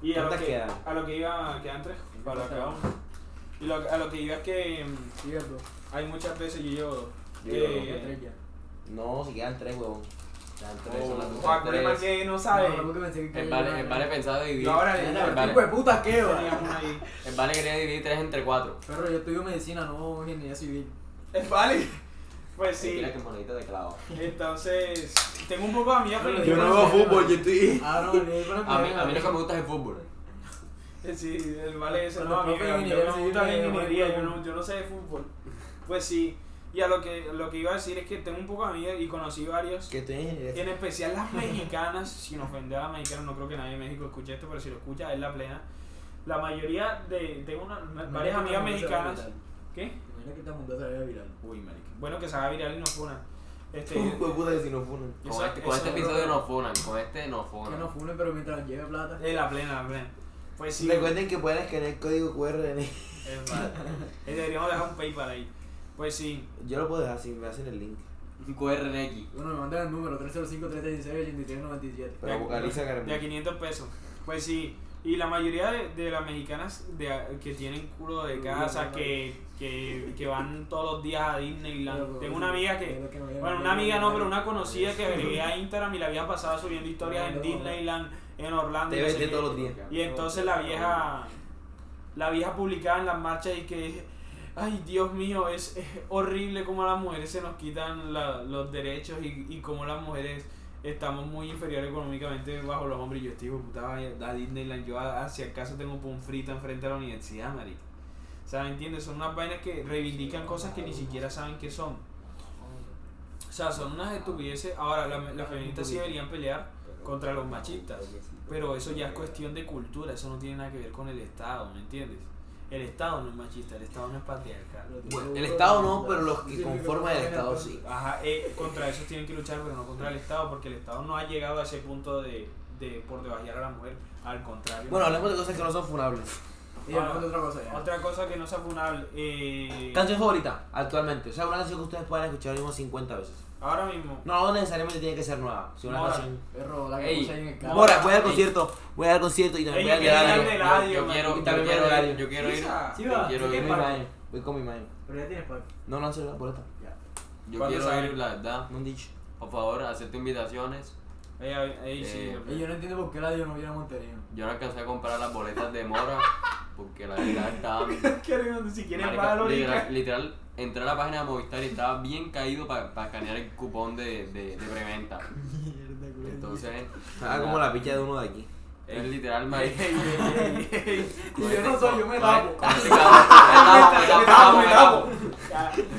C: Y a lo,
A: ¿Cuántas
C: que,
A: quedan?
C: a lo que iba, quedan tres, para lo que vamos. Y lo, a lo que iba es que mm,
D: Cierto.
C: hay muchas veces yo llevo dos.
B: Yo llevo dos,
C: Eh,
D: Otra ya.
A: No, si quedan tres, huevón. Quedan tres, son las
B: Oh.
A: dos.
C: Juan Colema que no sabe.
D: No, tampoco pensé que
B: El vale, el vale pensaba dividir.
C: Yo ahora le-
D: Mira,
B: vale.
D: tipo de puta que
C: Teníamos
D: va.
C: una ahí.
B: El vale quería dividir 3 entre 4.
D: Perro, yo estudio medicina, no ingeniería civil.
C: Es vale. Pues sí.
B: Mira que monedita de clavo.
C: Entonces, tengo un poco de amigas
D: Yo
A: Yo no
C: religiosas.
A: hago fútbol, yo estoy.
D: Ah, no, le digo
B: A mí, a mí lo que me gusta es el fútbol.
C: Eh, Sí, el vale ese
D: Pero
C: no,
D: los
C: a mí
D: propios
C: me- a mí no
D: ingenieros
C: me gusta la
D: civiles,
C: ingeniería, yo
D: bueno,
C: no, yo no sé de fútbol. Pues sí, y a lo que, lo que iba a decir es que tengo un poco de amigas y conocí varios,
A: Que estoy en ingeniería.
C: en especial las mexicanas, sin ofender a las mexicanas, no creo que nadie en México escuche esto, pero si lo escucha es la plena. La mayoría de, tengo una- varias amigas mexicanas, ¿qué?
D: Mira que esta mundo se vea viral.
B: Uy, marica.
C: Bueno, que se haga viral y no funan. Este,
A: Hueputa que si no funan.
B: Con este, con este episodio no funan, con este no
D: Que
B: funan.
D: no funen, pero mientras lleve plata.
C: Es la plena, la plena. Pues sí.
A: Recuerden que pueden escanear el código QR en el-
C: Es verdad. Eh, Deberíamos dejar un PayPal ahí. Pues sí.
A: Yo lo puedo dejar si me hacen el link.
B: Un QRNX.
D: Bueno, me mandan el número 305-336-8397.
A: Pero
C: de a-
A: vocaliza, Carmen.
C: De a 500 pesos. Pues sí. Y la mayoría de, de las mexicanas de a- que tienen culo de casa, que, que, que van todos los días a
D: pues,
C: Disneyland. Tengo una amiga que. Bueno, una amiga no, pero una conocida que agregué a Instagram y la había pasado subiendo historias en Disneyland, en Orlando. y
A: Te
C: no sé
A: vete
C: qué.
A: todos los días.
C: Y entonces la vieja, la vieja publicaba en las marchas y que, ay Dios mío, es, es horrible cómo a las mujeres se nos quitan la- los derechos y, y cómo las mujeres estamos muy inferiores económicamente bajo los hombres. Y yo, estoy puta, a Disneyland, yo a- a- si acaso tengo un pun frito enfrente de la universidad, marica. O sea, ¿me entiendes? Son unas vainas que reivindican cosas que ni siquiera saben que son. O sea, son unas estupideces. Ahora, la- las feministas sí deberían pelear contra los machistas. Pero eso ya es cuestión de cultura, eso no tiene nada que ver con el Estado, ¿me entiendes? El Estado no es machista, el Estado no es patriarcal.
A: Bueno, el Estado no, pero los que conforman el Estado sí.
C: Ajá, eh, contra eso tienen que luchar, pero no contra el Estado, porque el Estado no ha llegado a ese punto de, de por debajear a la mujer, al contrario.
A: Bueno, hablemos de cosas que no son funables.
D: Y hablamos de otra cosa ya.
C: Otra cosa que no sea funable, eh,
A: Canción favorita, actualmente. O sea, una canción que ustedes puedan escuchar mismo 50 veces.
C: ahora mismo,
A: No necesariamente tiene que ser nueva. Si una
C: Mora.
A: canción.
D: Perro, la que
B: Ey,
D: puse ahí en el carro.
A: Mora, voy al
B: Ey.
A: concierto. Voy al concierto y también voy al
C: Ey, yo quiero
A: de
C: ir al
A: la
C: de
B: Yo,
C: radio,
B: yo
C: man.
B: quiero, yo
A: Y también
B: quiero
A: radio.
B: ir, yo quiero ir,
C: Isa,
D: sí va,
B: yo quiero
D: sí
B: ir,
D: que
A: Voy
D: pa-
A: con mi imagen. Voy con mi imagen.
D: Pero ya tienes pack.
A: No lancé la boleta.
D: Ya.
B: yo
C: ¿Cuándo
B: quiero
C: sale?
B: ir, la verdad.
A: No han dicho.
B: Por favor, acepto invitaciones.
C: ey, ey, ey, sí,
B: Eh,
C: lo-
D: Y yo no entiendo por qué la dio no viene a Montería.
B: Yo no alcancé a comprar las boletas de Mora porque la verdad estaba.
C: Quiero ir donde si quieres
B: marica,
C: va a la
B: literal,
C: orica.
B: literal, entré a la página de Movistar y estaba bien caído para escanear el cupón de, de, de preventa.
D: Mierda, culo.
B: Entonces,
A: Ah, como la picha de uno de aquí.
B: es literal, marica.
C: Ey, ey, ey, ey.
D: Y yo no soy, yo me tapo.
B: Con este cabrón, me tapo, me tapo, me tapo.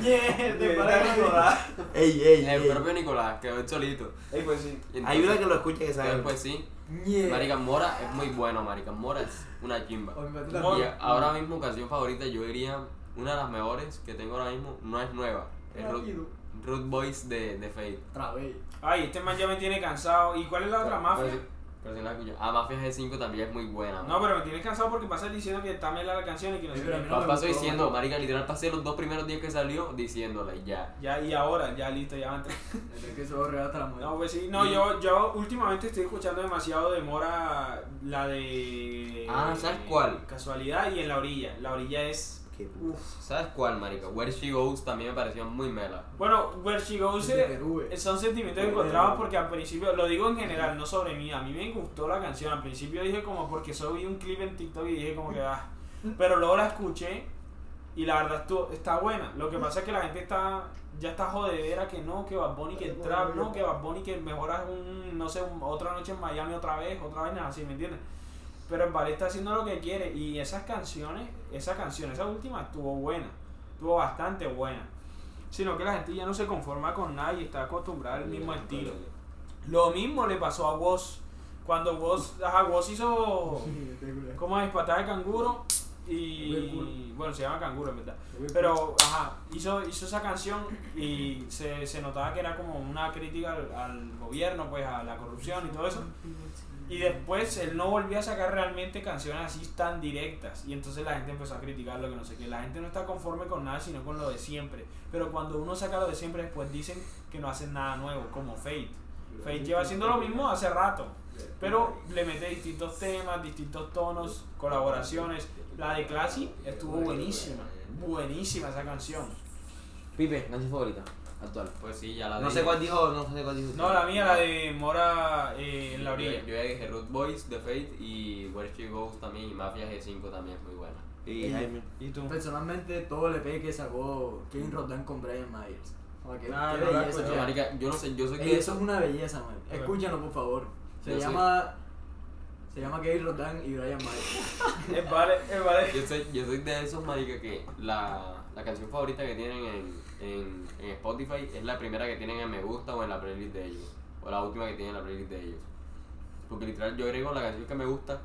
C: Ya,
D: Mierda, para
C: ya,
D: de rodar.
A: Ey, ey,
B: El
A: ey.
B: propio Nicolás quedó él solito.
C: Ey, pues sí.
B: Y entonces-
A: Ayuda que lo escuche que sabe.
B: Entonces, pues sí,
D: Mierda.
B: Marica Mora es muy bueno, Marica Mora es una chimba.
D: O mi patita
C: Mora.
B: Y
D: mía.
B: ahora mismo canción favorita yo diría una de las mejores que tengo ahora mismo, no es nueva, es
D: Rápido.
B: Root, Root Boys de, de Fate.
D: Otra vez.
C: Ay, este man ya me tiene cansado. ¿Y cuál es la otra mafia?
B: Pero, pero si no la escucho. Ah, Mafia G5 también es muy buena.
C: No, pero me tienes cansado porque pasas diciendo que está mela la canción y que no sé
D: Pero a
C: qué.
D: mí no
B: Pa-
D: me
B: paso
D: gustó,
B: diciendo,
D: mano.
B: Marica, literal pasé los dos primeros días que salió diciéndola y ya.
C: Ya, y ahora, ya listo, ya antes.
D: Creo que se va a regalar hasta la muerte.
C: No, pues sí. No,
B: Y-
C: yo, yo últimamente estoy escuchando demasiado de Mora la de.
B: Ah, ¿sabes cuál?
C: Casualidad y en la orilla. La orilla es.
A: Qué puta.
C: Uf.
B: ¿Sabes cuál, Marica? Where She Goes también me pareció muy mela.
C: Bueno, Where She Goes
D: Desde
C: eh,
D: Perú, eh.
C: son sentimientos encontrados porque al principio, lo digo en general, no sobre mí, a mí me gustó la canción. Al principio dije como porque solo vi un clip en TikTok y dije como que ah, pero luego la escuché y la verdad estuvo, está buena. Lo que pasa es que la gente está ya está jodedera que no, que Bad Bunny que el trap, no, que Bad Bunny que mejoras un no sé, un- otra noche en Miami otra vez, otra vez, nada así, ¿me entiendes? Pero el ballet está haciendo lo que quiere. Y esas canciones, esa canción, esa última estuvo buena. Estuvo bastante buena. Sino que la gente ya no se conforma con nada y está acostumbrada al mismo estilo. Lo mismo le pasó a Woz. Cuando Woz, ajá, Woz hizo. ¿Cómo es? Patada de canguro. Y. Bueno, se llama canguro en verdad. Pero, ajá, hizo, hizo esa canción y se, se notaba que era como una crítica al, al gobierno, pues a la corrupción y todo eso. Y después él no volvió a sacar realmente canciones así tan directas. Y entonces la gente empezó a criticarlo, que no sé qué. La gente no está conforme con nada, sino con lo de siempre. Pero cuando uno saca lo de siempre, después dicen que no hacen nada nuevo, como Fate. Fate lleva haciendo lo mismo hace rato. Pero le mete distintos temas, distintos tonos, colaboraciones. La de Classy estuvo buenísima. Buenísima esa canción.
A: Pipe, canción favorita, actual.
B: Pues sí, ya la
A: No
B: dije.
A: sé cuál dijo, no sé cuál dijo.
C: No, la mía, la de Mora eh, en la
B: Yo-
C: orilla.
B: Yo, ya dije Root Boys de Fate y Where She Goes también y Mafia G5 también es muy buena.
A: Y Jaime.
C: ¿Y tú?
D: Personalmente, todo el EP que sacó Kevin Rodan con Brian Myers. O sea, que-
C: Ah,
D: qué
C: no la he
D: belleza,
C: escuchado.
B: Yo,
D: ya.
B: marica, yo no sé, yo sé
D: Ey,
B: que
D: eso es una belleza, man. Escúchalo, por favor. Se
B: Yo soy-
D: llama. Se llama Kevin Rodan y Brian Myers.
C: El vale, el vale.
B: Yo soy, yo soy de esos, marica, que la, la canción favorita que tienen en, en, en Spotify es la primera que tienen en Me Gusta o en la playlist de ellos. O la última que tienen en la playlist de ellos. Porque literal yo agrego la canción que me gusta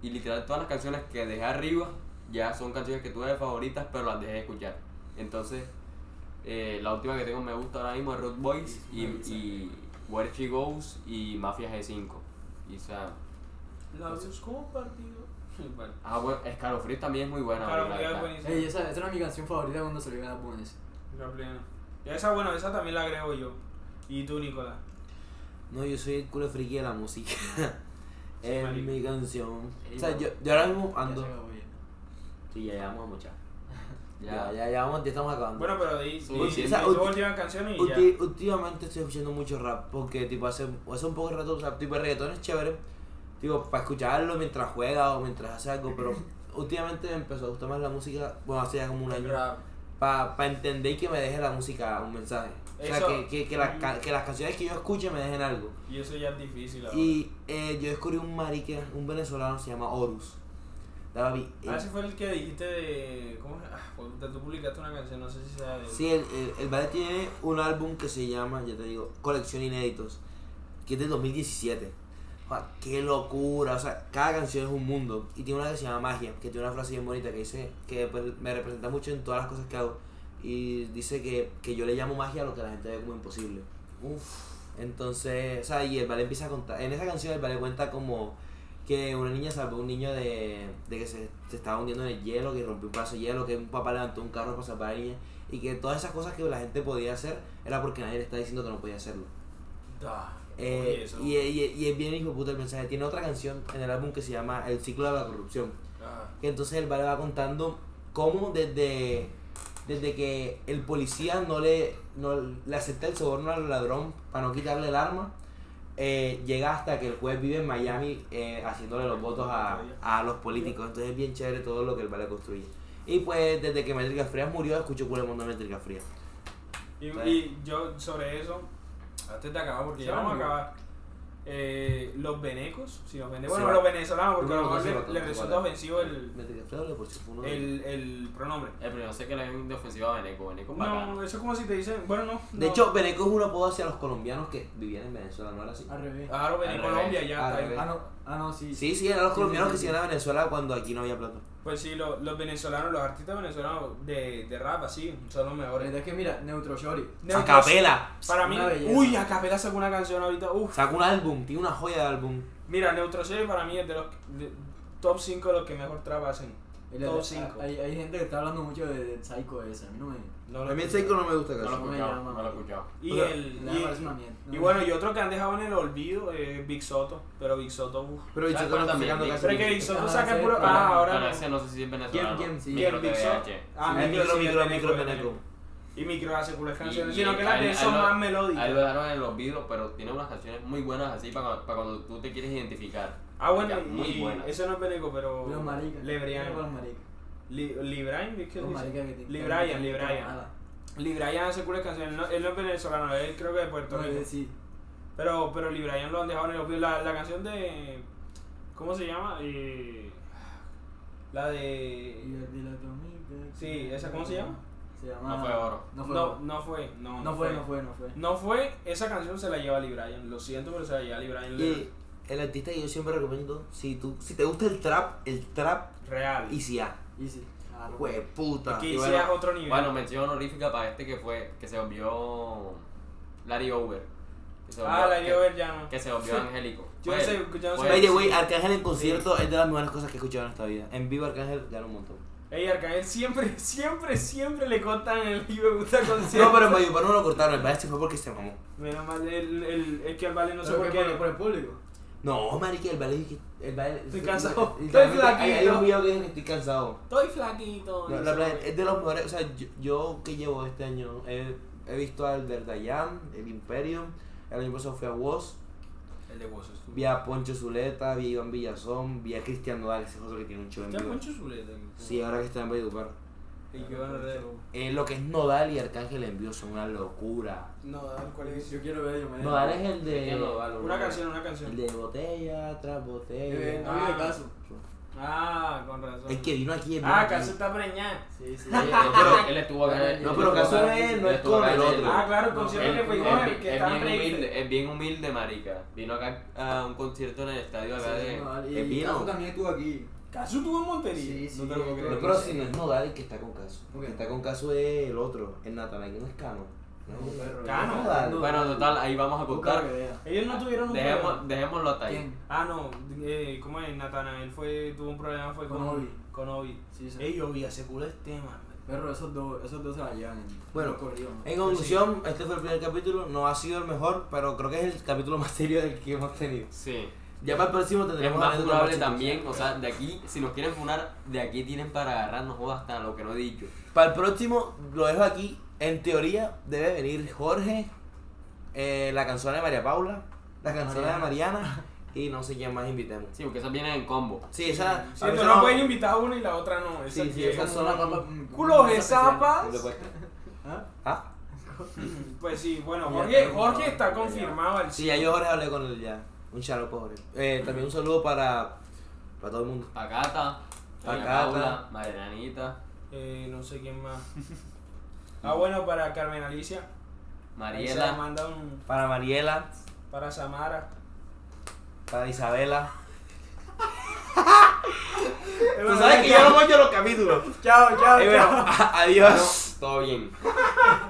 B: y literal todas las canciones que dejé arriba ya son canciones que tuve de favoritas pero las dejé de escuchar. Entonces, eh, la última que tengo en Me Gusta ahora mismo es Root Boys y, y Where She Goes y Mafia G5. Y o sea,
C: Labios compartidos. El vale.
B: ah, bueno, Escalofríos también es muy buena.
C: Claro,
B: marica,
C: ya es
B: la-
C: buenísimo.
D: Ey, esa, esa era mi canción favorita cuando salió en álbum ese.
C: La plena. Y esa, bueno, esa también la agrego yo. Y tú, Nicolás.
A: No, yo soy el culo friki de la música. es
C: marica.
A: mi canción.
D: Ey,
A: O sea,
D: no.
A: yo, yo ahora mismo
D: Ya
A: ando.
D: se acabó ya.
A: Sí, ya llevamos a mucha.
B: Ya,
A: Ya, ya, ya, vamos, ya estamos acabando.
C: Bueno, pero di,
B: Sí,
C: di- di
B: sí,
A: esa-
C: tu
A: ulti-
C: última canción y ya.
A: Ulti- últimamente estoy escuchando mucho rap porque tipo hace, hace un poco de rato, o sea, tipo el reggaetón es chévere, tipo para escucharlo mientras juega o mientras hace algo, pero últimamente me empezó a gustar más la música, bueno, hace ya como un año,
C: Rap.
A: para entender que me deje la música un mensaje. O sea,
C: Eso-
A: que,
C: Mm.
A: que, que, las, ca- que las canciones que yo escuche me dejen algo.
C: Y eso ya es difícil ahora.
A: Y eh, yo descubrí un marique, un venezolano, se llama Horus. La papi,
C: Ah,
A: eh,
C: ese fue el que dijiste de... ¿Cómo era? Ah, puta, tú publicaste una canción, no sé si sea de...
A: Sí, el, el, el ballet tiene un álbum que se llama, ya te digo, Colección Inéditos, que es del 2017. O sea, qué locura, o sea, cada canción es un mundo. Y tiene una que se llama Magia, que tiene una frase bien bonita que dice, que pues, me representa mucho en todas las cosas que hago. Y dice que, que yo le llamo magia a lo que la gente ve como imposible. Uf. Entonces, o sea, y el ballet empieza a contar, en esa canción el ballet cuenta como que una niña salvó a un niño de, de que se, se estaba hundiendo en el hielo, que rompió un pedazo de hielo, que un papá levantó un carro para salvar a la niña y que todas esas cosas que la gente podía hacer era porque nadie le está diciendo que no podía hacerlo.
C: Da.
A: Eh,
C: Oye, eso.
A: y, y- y es bien hijo de puta el mensaje. Tiene otra canción en el álbum que se llama El ciclo de la corrupción.
C: Ah.
A: Que entonces él va- le va contando cómo desde, desde que el policía no le, no le acepta el soborno al ladrón para no quitarle el arma, eh, llega hasta que el juez vive en Miami eh, haciéndole los votos a, a los políticos. Entonces es bien chévere todo lo que el vale construye. Y pues desde que Métricas Frías murió, escucho culo el mundo de Métricas Frías.
C: Y,
A: Sí.
C: y yo sobre eso, antes de acabar, porque
D: Se
C: ya vamos a
D: llama-
C: acabar. eh, los venecos, si los venecos,
A: Se
C: bueno,
A: va.
C: los venezolanos, porque a lo
A: No, no,
C: mejor
A: se va,
C: le,
A: no,
C: le
A: se va.
C: resulta ofensivo el,
A: Métricas Frías, por si fue uno de-
C: el, el pronombre.
B: Eh, pero yo sé que le ven de ofensiva a Beneco. Beneco es bacano.
C: Pues No, eso es como si te dicen, bueno, no.
A: De
C: no.
A: hecho, Beneco es un apodo hacia los colombianos que vivían en Venezuela, ¿no era así?
D: Al revés.
C: Claro, ven
B: Al
C: en
B: revés,
C: Colombia ya
A: al
C: está ahí.
A: revés.
D: Ah, no, ah, no sí.
A: Sí, sí, eran los
D: Sí,
A: colombianos
D: sí,
A: que
D: sí.
A: se iban a Venezuela cuando aquí no había plata.
C: Pues sí, lo- los venezolanos, los artistas venezolanos de, de rap, así, son los
D: La
C: mejores.
D: verdad es que mira, Neutro Shorty.
A: A
C: Neutros-
A: capela.
C: Para mí,
D: Una belleza.
C: uy, Acapela sacó una canción ahorita, uff.
A: Sacó un álbum, tiene una joya de álbum.
C: Mira, Neutro Shorty para mí es de los de- top 5 de los que mejor trap hacen.
D: El-
C: Top
D: el-
C: 5.
D: Hay, hay gente que está hablando mucho de, del Psycho ese. A mí no me.
C: No lo-
A: A mí el Seiko no me gusta
B: No lo he
A: casi.
D: me
B: escuchado,
D: llama.
B: no lo he escuchado.
C: Y
D: o sea,
C: el.
D: me
C: y-
D: parece una mierda.
C: Y bueno, y otro que han dejado en el olvido es Big Soto, pero Big Soto, uff.
A: Pero el
B: ¿Sabes
A: Seiko no
B: cuál
A: está
B: también?
A: sacando
B: Dick
A: casi.
C: Pero es que
A: ningún-
C: Big Soto
D: Ajá,
C: saca
D: sí,
C: puro.
D: pero-
C: Ah,
B: Bueno,
C: ahora.
B: ese
C: no.
B: no sé si es venezolano.
D: ¿Quién, quién? Sí.
B: Micro
C: ¿Quién, Big
B: TVH.
C: Soto? Ah,
A: Sí, micro,
C: sí,
A: micro,
C: el
A: micro,
C: Beneco, el
A: Beneco.
C: Beneco. Y micro hace culas canciones,
B: Y-
C: sino que
B: y
C: las
B: ahí-
C: de
B: ahí
C: son
B: lo-
C: más
B: Ahí lo
C: melódicas.
B: dejaron en el olvido, pero tiene unas canciones muy buenas así para, cuando- para cuando tú te quieres identificar.
C: Ah, bueno,
B: Marica, muy
C: y
B: buenas.
C: eso no es Beneco, pero.
D: Los maricas.
C: Lebrián.
D: Los maricas.
C: Li- Librian, ¿qué es que
D: Los
C: dice?
D: maricas que tienen.
C: Librian, Librian.
D: Ah,
C: Librian hace culas canciones, él no- él no es venezolano, él creo que es de Puerto
D: no,
C: Rico.
D: sí.
C: Pero, pero Librian lo han dejado en el olvido. La, la canción de. ¿Cómo se llama? Eh, la de. Sí, ¿esa cómo se llama?
D: Se llama...
B: No fue oro.
D: No fue
C: no,
D: oro.
C: no fue. No,
D: No fue, no fue, no fue.
C: No fue, esa canción se la lleva Lee Bryan. Lo siento, pero se la lleva Lee Bryan.
A: Y el artista que yo siempre recomiendo, si tú, si te gusta el trap, el trap
C: Real.
A: y si
D: Y sí. claro.
A: puta.
C: que
B: y
C: sea
B: bueno,
C: otro nivel.
B: Bueno, mención honorífica para este que fue, que se volvió Larry Over. Que se
C: ah,
B: volvió-
C: la
B: que-
C: lleva Llano.
B: Que se volvió angélico.
C: Yo no
B: Fue
C: sé,
B: él,
C: yo no
B: fue
C: sé.
A: By
B: él.
A: the way, Arcángel en concierto es de las mejores cosas que he escuchado en esta vida. En vivo Arcángel gana un montón.
C: Ey, Arcael siempre, siempre, siempre le cortan el y me gusta concierto.
A: No, pero en Mayupar no lo cortaron, el Valle se fue porque se mamó.
C: Menos mal, el, el, es que al Vale no sé
D: Pero
C: por
D: que
C: qué.
D: por, por el público.
A: No, marica, el Valle... El Valle
C: Estoy cansado.
A: literalmente,
C: Estoy flaquillo.
A: Hay hay un video que dicen que estoy cansado.
C: Estoy flaquito.
A: No,
C: Oh, no
A: la
C: sé
A: verdad,
C: por qué.
A: es de los mejores. O sea, yo, yo que llevo este año he, he visto al Verdayan, el Imperium. El año pasado fui a Woz,
C: El de Bozo. es tu-
A: vi a Poncho Zuleta, vi a Iván Villazón, vi a Cristian Nodal, ese es otro que tiene un show en
C: Está
A: vivo.
C: Poncho Zuleta. güey.
A: Sí, ahora que está en Valledupar.
C: Y que van a ver.
A: Eh, lo que es Nodal y Arcángel en vivo son una locura.
D: No, ¿cuál es? Yo quiero ver, yo
C: Eh,
D: me
A: Nodal es el de.
B: Es que Nodal,
C: Una
B: bro.
C: canción, una canción.
A: El de botella tras
D: Eh, no
A: botella.
C: Ah.
D: vive caso.
C: Ah, con razón.
A: Es que vino aquí. vino
C: Ah,
A: aquí.
C: Caso está preñada.
D: Sí, sí.
B: No, pero él estuvo acá.
D: No,
B: él
A: pero
B: estuvo
A: Casu
B: acá,
A: no es-
B: él
A: no es
B: estuvo
A: con
B: acá,
A: el
B: él-
A: otro.
C: Ah, claro, el concierto
B: Él-
C: que fue
B: él-
C: con
B: él-
C: el que
B: es
C: estaba
B: bien humilde,
C: en
B: es bien humilde, marica. Vino acá a un concierto en el estadio acá
D: Sí,
B: de...
D: no, vale.
A: de
D: y
A: Pino.
D: Caso también estuvo aquí.
C: Caso tuvo en Montería.
D: Sí, sí,
C: No te lo puedo
D: yo
C: creer.
A: No, pero si no es Nodal el que está con Caso. El
D: Ok.
A: que está con Caso es el otro, el Natanay, que no es Cano.
D: No, perro.
A: Cano.
C: Cano.
A: Nodal.
B: Bueno, total, ahí vamos a
D: Busca
B: contar.
D: que vea.
C: Ellos no Ah, tuvieron un
B: Dejemos,
C: problema.
B: dejémoslo hasta ahí.
D: ¿Quién?
C: Ah, no. Eh, ¿Cómo es? Natanael fue, tuvo un problema fue con,
D: Con Obi.
C: Con Obi.
D: Sí, sí.
C: Ey, yo vi ese culo este, man.
D: Perro, esos dos, esos dos se la llevan. en-
A: Bueno,
D: corrido, ¿no?
A: En conclusión, este fue el primer capítulo, no ha sido el mejor, pero creo que es el capítulo más serio del que hemos tenido.
B: Sí.
A: Ya para el próximo tendremos
B: Es más
A: anécdotas
B: funable
A: chistosas.
B: también, o sea, de aquí, si nos quieren funar, de aquí tienen para agarrarnos jodas hasta lo que no he dicho.
A: Para el próximo, lo dejo aquí. En teoría, debe venir Jorge, eh, la canción de María Paula, la canción de
D: Mariana.
A: Mariana y no sé quién más invitemos.
B: Sí, porque esas vienen en combo.
A: Sí, esa.
C: Sí,
A: a
C: pero
A: veces
C: no
A: no-
C: pueden invitar a una y la otra no. Esa
A: Sí, sí,
C: que-
A: esas son las papas.
D: mm,
C: Culo de
D: zapa.
C: zapas.
D: ¿Ah?
A: ¿Ah?
C: Pues sí, bueno,
D: Ya
C: Jorge,
D: está
C: Jorge
D: confirmado.
C: está confirmado al
A: Sí, ya yo Jorge hablé con él ya. Un charo pobre. Eh, también un saludo para, para todo el mundo.
B: Pacata,
A: Pacata.
B: Paula, Marianita,
C: Eh, no sé quién más. Ah, bueno, para Carmen Alicia. Ahí se le
B: Mariela,
C: manda un.
A: Para Mariela,
C: Para Samara.
A: para Isabela.
C: Tú
A: yo no mucho los capítulos.
D: Chao, chao,
A: Eh, bueno,
D: chao.
A: adiós.
B: todo bien.